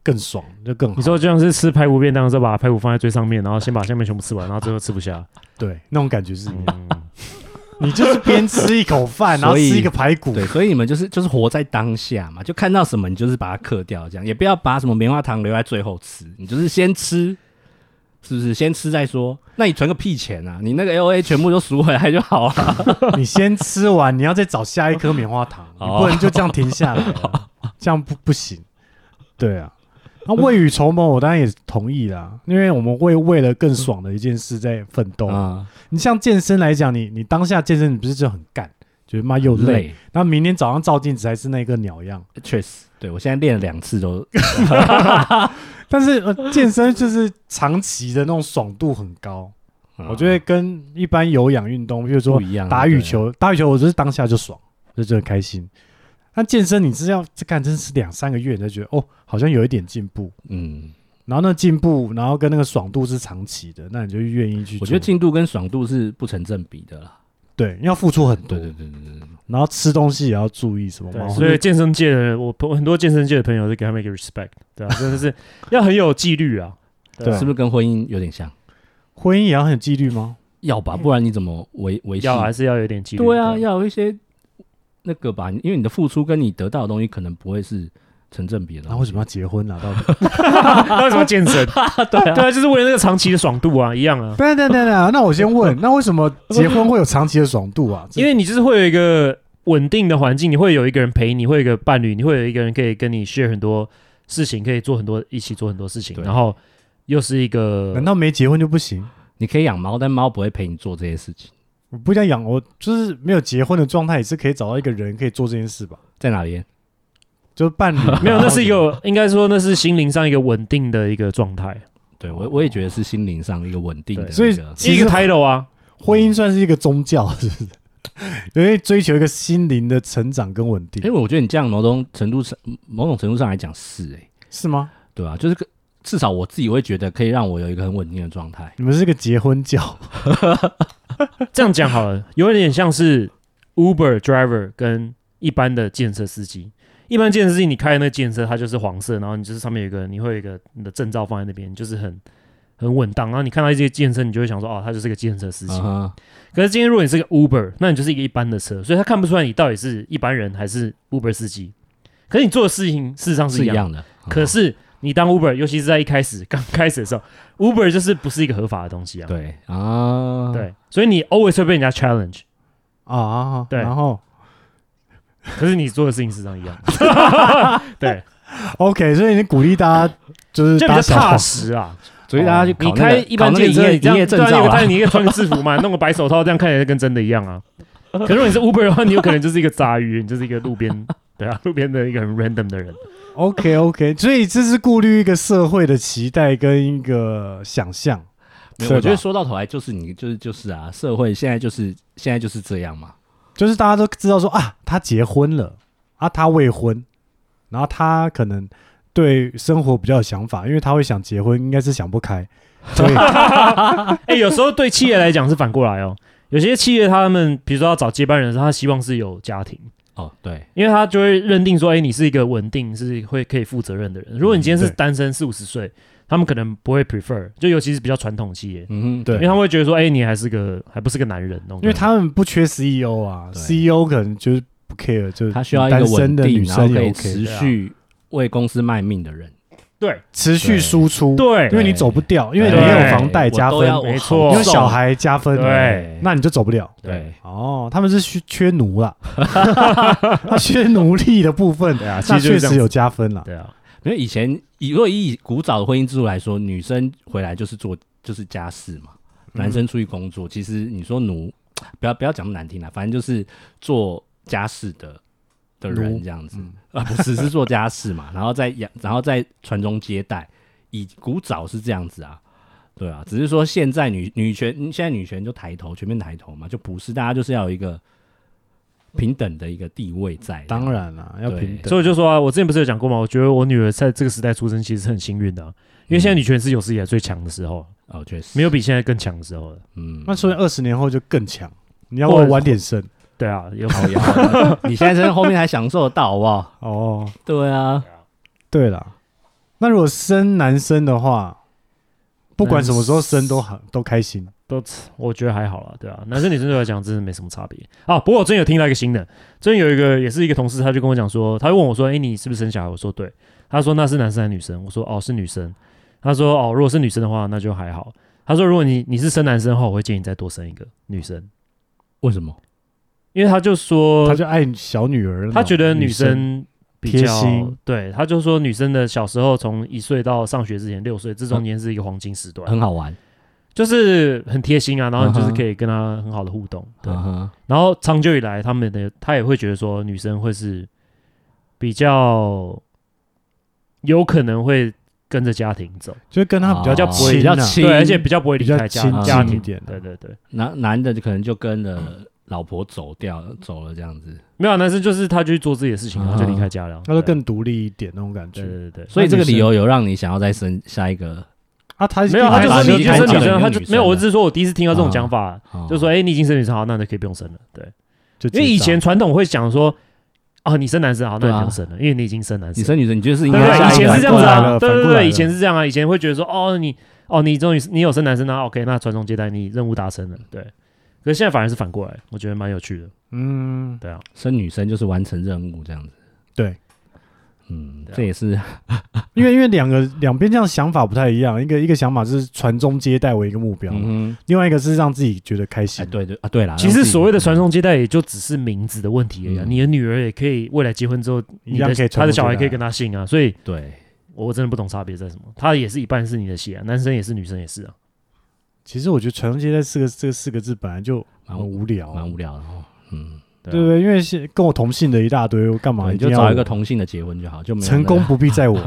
[SPEAKER 2] 更爽，就更好。
[SPEAKER 1] 你说就像是吃排骨便当的时候，把排骨放在最上面，然后先把下面全部吃完，然后最后吃不下。
[SPEAKER 2] 对，那种感觉是一
[SPEAKER 1] [LAUGHS]
[SPEAKER 2] 样，
[SPEAKER 1] 嗯，
[SPEAKER 2] 你就是边吃一口饭，然后
[SPEAKER 3] [LAUGHS] 所以
[SPEAKER 2] 吃一个排骨，
[SPEAKER 3] 对，所以你们就是就是活在当下嘛，就看到什么你就是把它嗑掉，这样也不要把什么棉花糖留在最后吃，你就是先吃，是不是？先吃再说。那你存个屁钱啊！你那个 L A 全部都赎回来就好啊了。
[SPEAKER 2] 你先吃完，你要再找下一颗棉花糖，你
[SPEAKER 3] 哦
[SPEAKER 2] 不能就这样停下来啊，这样不不行。对啊，那未雨绸缪，我当然也同意啦，因为我们会为了更爽的一件事在奋斗。
[SPEAKER 3] [LAUGHS] 啊，
[SPEAKER 2] 你像健身来讲，你你当下健身，你不是就很干，觉得妈又累。
[SPEAKER 3] 累，
[SPEAKER 2] 然后明天早上照镜子还是那个鸟样。
[SPEAKER 3] 确实，对我现在练了两次 [LAUGHS] 都
[SPEAKER 2] 但是、呃、健身就是长期的那种爽度很高，我觉得跟一般有氧运动，比如
[SPEAKER 3] 啊不
[SPEAKER 2] 说
[SPEAKER 3] 一样啊，
[SPEAKER 2] 打羽
[SPEAKER 3] 对啊，
[SPEAKER 2] 球，打羽球我就是当下就爽，就真的开心。但健身你是要这干，真是两三个月你才觉得哦，好像有一点进步。
[SPEAKER 3] 嗯，
[SPEAKER 2] 然后那进步，然后跟那个爽度是长期的，那你就愿意去做。
[SPEAKER 3] 我觉得进度跟爽度是不成正比的啦。
[SPEAKER 2] 对，要付出很多，
[SPEAKER 3] 对对对对对，
[SPEAKER 2] 然后吃东西也要注意什么
[SPEAKER 1] 对，
[SPEAKER 2] 嘛。
[SPEAKER 1] 所以健身界的人我朋很多健身界的朋友是给他们一个 respect，对啊，真的是要很有纪律啊。
[SPEAKER 2] 对啊
[SPEAKER 3] 是不是跟婚姻有点像？
[SPEAKER 2] 婚姻也要很纪律
[SPEAKER 1] 嗯
[SPEAKER 2] 吗？
[SPEAKER 3] 要吧，不然你怎么维维系？
[SPEAKER 1] 要还是要有点纪律。
[SPEAKER 3] 对啊，要有一些那个吧，因为你的付出跟你得到的东西可能不会是成正比的。
[SPEAKER 2] 那为什么要结婚啊？到底？
[SPEAKER 1] [LAUGHS] 那为什么健身？对啊，对啊，就是为了那个长期的爽度啊，一样啊。
[SPEAKER 2] 等等等等啊，那我先问，那为什么结婚会有长期的爽度啊？这
[SPEAKER 1] [LAUGHS] 因为你就是会有一个稳定的环境，你会有一个人陪你，会有一个伴侣，你会有一个人可以跟你 share 很多事情，可以做很多一起做很多事情，
[SPEAKER 3] 对
[SPEAKER 1] 然后又是一个
[SPEAKER 2] 难道没结婚就不行？
[SPEAKER 3] 你可以养猫，但猫不会陪你做这些事情。
[SPEAKER 2] 我不想养，我就是没有结婚的状态，也是可以找到一个人可以做这件事吧？
[SPEAKER 3] 在哪里？
[SPEAKER 2] 就是伴侣
[SPEAKER 1] [LAUGHS] 没有，那是一个应该说那是心灵上一个稳定的一个状态，
[SPEAKER 3] 对我我也觉得是心灵上一个稳定的、那
[SPEAKER 1] 哦对
[SPEAKER 3] 个，
[SPEAKER 2] 所以其
[SPEAKER 1] 是一
[SPEAKER 2] 实
[SPEAKER 1] 个 title 啊。
[SPEAKER 2] 婚姻算是一个宗教，是不是？ [LAUGHS] 因为追求一个心灵的成长跟稳定
[SPEAKER 3] 因为，我觉得你这样某种程度上某种程度上来讲是哎、
[SPEAKER 2] 是吗？
[SPEAKER 3] 对啊，就是个至少我自己会觉得可以让我有一个很稳定的状态。
[SPEAKER 2] 你们是个结婚教， [LAUGHS]
[SPEAKER 1] 这样讲好了，有点像是 Uber driver 跟一般的建设司机。一般建设司机，你开的那个建设，它就是黄色，然后你就是上面有一个，你会有一个你的证照放在那边，你就是很很稳当。然后你看到一些建设，你就会想说，哦，他就是个建设司机。
[SPEAKER 3] 啊、
[SPEAKER 1] 可是今天如果你是个 Uber，那你就是一个一般的车，所以他看不出来你到底是一般人还是 Uber 司机。可是你做的事情事实上是
[SPEAKER 3] 是
[SPEAKER 1] 一
[SPEAKER 3] 一
[SPEAKER 1] 样的，
[SPEAKER 3] 样的。啊
[SPEAKER 1] 可是你当 Uber，尤其是在一开始刚开始的时候，Uber 就是不是一个合法的东西啊。
[SPEAKER 3] 对啊，，
[SPEAKER 1] 对，所以你 always 会被人家 challenge。
[SPEAKER 2] 啊啊，啊
[SPEAKER 1] 对
[SPEAKER 2] 然后
[SPEAKER 1] 可是你做的事情事实上一
[SPEAKER 3] [LAUGHS]
[SPEAKER 1] 样，对，
[SPEAKER 2] OK，所以你鼓励大家就是
[SPEAKER 1] 就比
[SPEAKER 2] 打
[SPEAKER 1] 较
[SPEAKER 2] 小
[SPEAKER 1] 踏实啊。
[SPEAKER 3] 所以大家去考
[SPEAKER 1] 你
[SPEAKER 3] 那个、
[SPEAKER 1] 开一般
[SPEAKER 3] 考那个
[SPEAKER 1] 健身，
[SPEAKER 3] 营业
[SPEAKER 1] 你这
[SPEAKER 3] 营业
[SPEAKER 1] 样
[SPEAKER 3] 证
[SPEAKER 1] 对啊，
[SPEAKER 3] 照
[SPEAKER 1] 你
[SPEAKER 3] 啊
[SPEAKER 1] 但，你可以穿个制服嘛， [LAUGHS] 弄个白手套，这样看起来跟真的一样啊。可是如果你是 Uber 的话，你有可能就是一个杂鱼，你就是一个路边，对啊，路边的一个很 random 的
[SPEAKER 3] [LAUGHS]
[SPEAKER 1] 人。
[SPEAKER 2] OK OK，所以这是顾虑一个社会的期待跟一个想象。
[SPEAKER 3] 没
[SPEAKER 2] 是
[SPEAKER 3] 有我觉得
[SPEAKER 2] 吧
[SPEAKER 3] 说到头来就是你就是就是啊，社会现在就是现在就是这样嘛。
[SPEAKER 2] 就是大家都知道说啊，他结婚了啊，他未婚，然后他可能对生活比较有想法，因为他会想结婚，应该是想不开，所以
[SPEAKER 1] 哎、有时候对企业来讲是反过来哦。有些企业他们，比如说要找接班人的时候，他希望是有家庭，
[SPEAKER 3] 哦，对，
[SPEAKER 1] 因为他就会认定说，哎、你是一个稳定、是会可以负责任的人。如果你今天
[SPEAKER 2] 嗯
[SPEAKER 1] 是
[SPEAKER 2] 对
[SPEAKER 1] 单身四五十岁，他们可能不会 prefer，就尤其是比较传统企业，
[SPEAKER 3] 嗯哼，
[SPEAKER 2] 对
[SPEAKER 1] 因为他们会觉得说，哎、你还是个还不是个男人那种感觉，
[SPEAKER 2] 因为他们不缺 CEO 啊
[SPEAKER 3] 对
[SPEAKER 2] ，CEO 可能就是不 care，就是
[SPEAKER 3] 他需要一
[SPEAKER 2] 单
[SPEAKER 3] 个
[SPEAKER 2] 身
[SPEAKER 3] 稳
[SPEAKER 2] 的
[SPEAKER 3] 定，
[SPEAKER 2] 女
[SPEAKER 3] 然后
[SPEAKER 2] 生
[SPEAKER 3] 可
[SPEAKER 2] 也
[SPEAKER 3] 以
[SPEAKER 2] OK，啊
[SPEAKER 3] 持续为公司卖命的人。
[SPEAKER 1] 对
[SPEAKER 2] 持续输出，
[SPEAKER 1] 对
[SPEAKER 2] 因为你走不掉，因为你
[SPEAKER 1] 对
[SPEAKER 2] 有房贷加分
[SPEAKER 3] 我都，要
[SPEAKER 1] 没错
[SPEAKER 2] 你
[SPEAKER 1] 我
[SPEAKER 2] 有小孩加分，
[SPEAKER 1] 对
[SPEAKER 2] 那你就走不了。
[SPEAKER 3] 对，
[SPEAKER 2] 哦，他们是缺缺奴
[SPEAKER 3] [LAUGHS]
[SPEAKER 2] 啦，他缺奴隶的部分，
[SPEAKER 1] 对啊，其
[SPEAKER 2] 那
[SPEAKER 1] 实就
[SPEAKER 2] 确
[SPEAKER 1] 是这样
[SPEAKER 2] 实
[SPEAKER 1] 子
[SPEAKER 2] 有加分啦。
[SPEAKER 1] 对啊，
[SPEAKER 3] 没有以前以如果以古早的婚姻制度来说，女生回来就是做就是家事嘛，
[SPEAKER 1] 嗯
[SPEAKER 3] 男生出去工作。其实你说奴，不要不要讲那么难听啦，反正就是做家事的的
[SPEAKER 2] 奴
[SPEAKER 3] 人这样子、
[SPEAKER 1] 嗯
[SPEAKER 3] 啊，不是是做家事嘛， [LAUGHS] 然后再养，然后再传宗接代。以古早是这样子啊，对啊，只是说现在女女权，现在女权就抬头，全面抬头嘛，就不是大家就是要有一个平等的一个地位在。
[SPEAKER 2] 当，然啦，要
[SPEAKER 3] 对
[SPEAKER 2] 平等。
[SPEAKER 1] 所以我就说啊，我之前不是有讲过吗？我觉得我女儿在这个时代出生其实是很幸运的啊、因为现在女权是有史以来最强的时候，
[SPEAKER 3] 哦，确实
[SPEAKER 1] 没有，比现在更强的时候了。
[SPEAKER 3] 嗯
[SPEAKER 2] 那所以二十年后就更强。你要不要晚点生
[SPEAKER 1] 对啊，有
[SPEAKER 3] 好呀， [LAUGHS] 你现在在后面还享受得到好不好？
[SPEAKER 2] 哦。
[SPEAKER 3] 对啊，
[SPEAKER 2] 对啦，那如果生男生的话，不管什么时候生都好，都开心。
[SPEAKER 1] 都，我觉得还好啦，对啊，男生女生对我来讲真的没什么差别啊。不过我最近有听到一个新的，啊最近有一个也是一个同事，他就跟我讲说，他就问我说，哎、你是不是生小孩？我说对。他说那是男生还是女生？我说哦是女生。他说哦，如果是女生的话，那就还好。他说如果你你是生男生的话，我会建议你再多生一个女生，
[SPEAKER 3] 为什么？
[SPEAKER 1] 因为他就说
[SPEAKER 2] 他就爱小女儿那种，
[SPEAKER 1] 呃他觉得
[SPEAKER 2] 女
[SPEAKER 1] 女生比
[SPEAKER 2] 贴
[SPEAKER 1] 较
[SPEAKER 2] 心
[SPEAKER 1] 对，他就
[SPEAKER 2] 嗯
[SPEAKER 1] 说女生的小时候从一岁到上学之前六岁，这中间是一个黄金时段，
[SPEAKER 3] 很好玩，
[SPEAKER 1] 就是很贴心啊，然后你就
[SPEAKER 3] 嗯
[SPEAKER 1] 是
[SPEAKER 3] 哼
[SPEAKER 1] 可以跟他很好的互动，对。
[SPEAKER 3] 嗯
[SPEAKER 1] 然后长久以来，他们的他也会觉得说，女生会是比较有可能会跟着家庭走，
[SPEAKER 2] 就跟他比
[SPEAKER 1] 比
[SPEAKER 2] 较
[SPEAKER 1] 较不会
[SPEAKER 2] 亲啊
[SPEAKER 3] 比较亲
[SPEAKER 1] 对，而且比较不会离开
[SPEAKER 2] 比
[SPEAKER 1] 家
[SPEAKER 2] 较
[SPEAKER 3] 亲
[SPEAKER 1] 家
[SPEAKER 2] 近
[SPEAKER 1] 庭
[SPEAKER 2] 一点
[SPEAKER 1] 对对对，
[SPEAKER 3] 男男的就可能就跟着老婆走掉走了这样子，
[SPEAKER 1] 没有啊，男生就是他去做自己的事情，
[SPEAKER 3] 嗯
[SPEAKER 1] 然后就离开家了，
[SPEAKER 2] 他就
[SPEAKER 1] 对
[SPEAKER 2] 更独立一点那种感
[SPEAKER 1] 对
[SPEAKER 2] 觉。
[SPEAKER 1] 对对对。
[SPEAKER 3] 所以这个
[SPEAKER 2] 女生
[SPEAKER 3] 理由有让你想要再生下一个，
[SPEAKER 2] 啊，他
[SPEAKER 1] 没有，他
[SPEAKER 3] 还
[SPEAKER 1] 就
[SPEAKER 3] 把
[SPEAKER 1] 说
[SPEAKER 3] 女
[SPEAKER 1] 你
[SPEAKER 3] 生
[SPEAKER 1] 生
[SPEAKER 3] 讲
[SPEAKER 1] 女
[SPEAKER 3] 成
[SPEAKER 1] 生，他
[SPEAKER 3] 女
[SPEAKER 1] 就
[SPEAKER 3] 生
[SPEAKER 1] 没有。
[SPEAKER 3] 了
[SPEAKER 1] 我只是说我第一次听到这种
[SPEAKER 3] 嗯
[SPEAKER 1] 讲法，
[SPEAKER 3] 哦
[SPEAKER 1] 就说哎，你已经生女生，好，那你可以不用生了。对，
[SPEAKER 2] 就
[SPEAKER 1] 因为以前传统会讲说，哦，你生男生好，那
[SPEAKER 3] 对
[SPEAKER 1] 你
[SPEAKER 3] 啊
[SPEAKER 1] 不用生了，因为你已经生男
[SPEAKER 3] 你
[SPEAKER 1] 生了。
[SPEAKER 3] 生女生，你就是应
[SPEAKER 1] 对
[SPEAKER 3] 该
[SPEAKER 1] 不对？
[SPEAKER 3] 下
[SPEAKER 1] 以
[SPEAKER 3] 一个
[SPEAKER 1] 前是这样子
[SPEAKER 2] 反过来
[SPEAKER 1] 啊，
[SPEAKER 2] 了
[SPEAKER 1] 对
[SPEAKER 2] 反
[SPEAKER 1] 对
[SPEAKER 2] 过来了
[SPEAKER 1] 对，以前是这样啊，以前会觉得说，哦，你哦，你终于你有生男生啊，OK，那传宗接代，你任务达成了，对。可是现在反而是反过来，我觉得蛮有趣的，
[SPEAKER 2] 嗯，
[SPEAKER 1] 对啊，
[SPEAKER 3] 生女生就是完成任务这样子。
[SPEAKER 2] 对，
[SPEAKER 3] 嗯，
[SPEAKER 1] 对啊
[SPEAKER 3] 这也是
[SPEAKER 2] 因为因为两个两边这样想法不太一样，一个一个想法是传宗接代为一个目标，
[SPEAKER 3] 嗯哼，
[SPEAKER 2] 另外一个是让自己觉得开
[SPEAKER 3] 哎，
[SPEAKER 2] 心。
[SPEAKER 3] 对对啊，对啦。
[SPEAKER 1] 其实所谓的传宗接代，也就只是名字的问题而已、啊。
[SPEAKER 3] 嗯
[SPEAKER 1] 你的女儿也可以未来结婚之后，
[SPEAKER 2] 一
[SPEAKER 1] 你
[SPEAKER 2] 样
[SPEAKER 1] 的
[SPEAKER 2] 可以传
[SPEAKER 1] 她的
[SPEAKER 2] 宗接代
[SPEAKER 1] 小孩可以跟她姓啊。所以
[SPEAKER 3] 对，
[SPEAKER 1] 我真的不懂差别在什么，她也是一半是你的血、啊，男生也是，女生也是啊。
[SPEAKER 2] 其实我觉得传宗接代四个这四个字本来就蛮无聊，啊
[SPEAKER 3] 蛮无聊的哦。嗯，
[SPEAKER 1] 对
[SPEAKER 2] 对不
[SPEAKER 1] 啊
[SPEAKER 2] 对？因为是跟我同姓的一大堆，我
[SPEAKER 1] 嗯
[SPEAKER 2] 干嘛
[SPEAKER 3] 对
[SPEAKER 2] 一
[SPEAKER 3] 你
[SPEAKER 2] 定
[SPEAKER 3] 就
[SPEAKER 2] 要
[SPEAKER 3] 找一
[SPEAKER 2] 我
[SPEAKER 3] 个同性的结婚就好，就没有
[SPEAKER 2] 成
[SPEAKER 3] 那
[SPEAKER 2] 功不必在
[SPEAKER 3] [LAUGHS]
[SPEAKER 2] 我，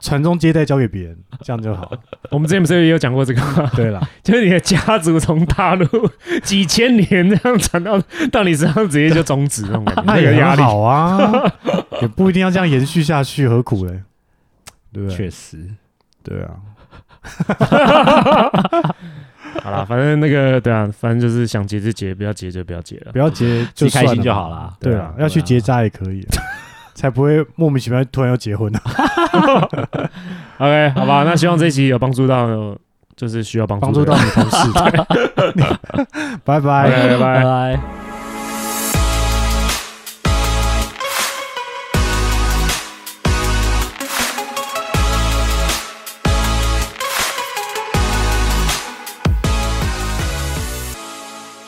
[SPEAKER 2] 传宗接代交给别人，这样就好。
[SPEAKER 1] 我们之前不是也有讲过这个吗？
[SPEAKER 2] 对啦，
[SPEAKER 1] [LAUGHS] 就是你的家族从大 [LAUGHS] 陆几千年这样传到到你身上，直接就终止那种感觉， [LAUGHS]
[SPEAKER 2] 那
[SPEAKER 1] 那个
[SPEAKER 2] 也
[SPEAKER 1] 压
[SPEAKER 2] 很
[SPEAKER 1] 力。
[SPEAKER 2] 好
[SPEAKER 3] [LAUGHS]
[SPEAKER 2] 啊，也不一定要这样延续下去，何苦嘞？对不对？
[SPEAKER 3] 确实，
[SPEAKER 2] 对啊，
[SPEAKER 1] 好啦，反正那个对啊，反正就是想结就结，不要结就不要结了 [LAUGHS]
[SPEAKER 2] 不。要结
[SPEAKER 3] 自
[SPEAKER 2] 就
[SPEAKER 3] 己开
[SPEAKER 2] 算
[SPEAKER 3] 心
[SPEAKER 2] 了
[SPEAKER 3] 就
[SPEAKER 2] 嘛
[SPEAKER 3] 好。啦。
[SPEAKER 2] 对
[SPEAKER 1] 对啊
[SPEAKER 2] 啊，
[SPEAKER 1] 对
[SPEAKER 2] 要去
[SPEAKER 1] 啊
[SPEAKER 2] 结扎也可以啊，
[SPEAKER 3] [LAUGHS]
[SPEAKER 2] 才不会莫名其妙突然要结婚啊。
[SPEAKER 1] OK，好哎 [LAUGHS] 吧，那希望这一集有帮助到，就是需要帮
[SPEAKER 2] 帮
[SPEAKER 1] 助
[SPEAKER 2] 助
[SPEAKER 1] 的
[SPEAKER 2] [LAUGHS] 到
[SPEAKER 1] 人
[SPEAKER 2] 你同事，拜拜。
[SPEAKER 1] OK，拜拜。
[SPEAKER 3] 拜。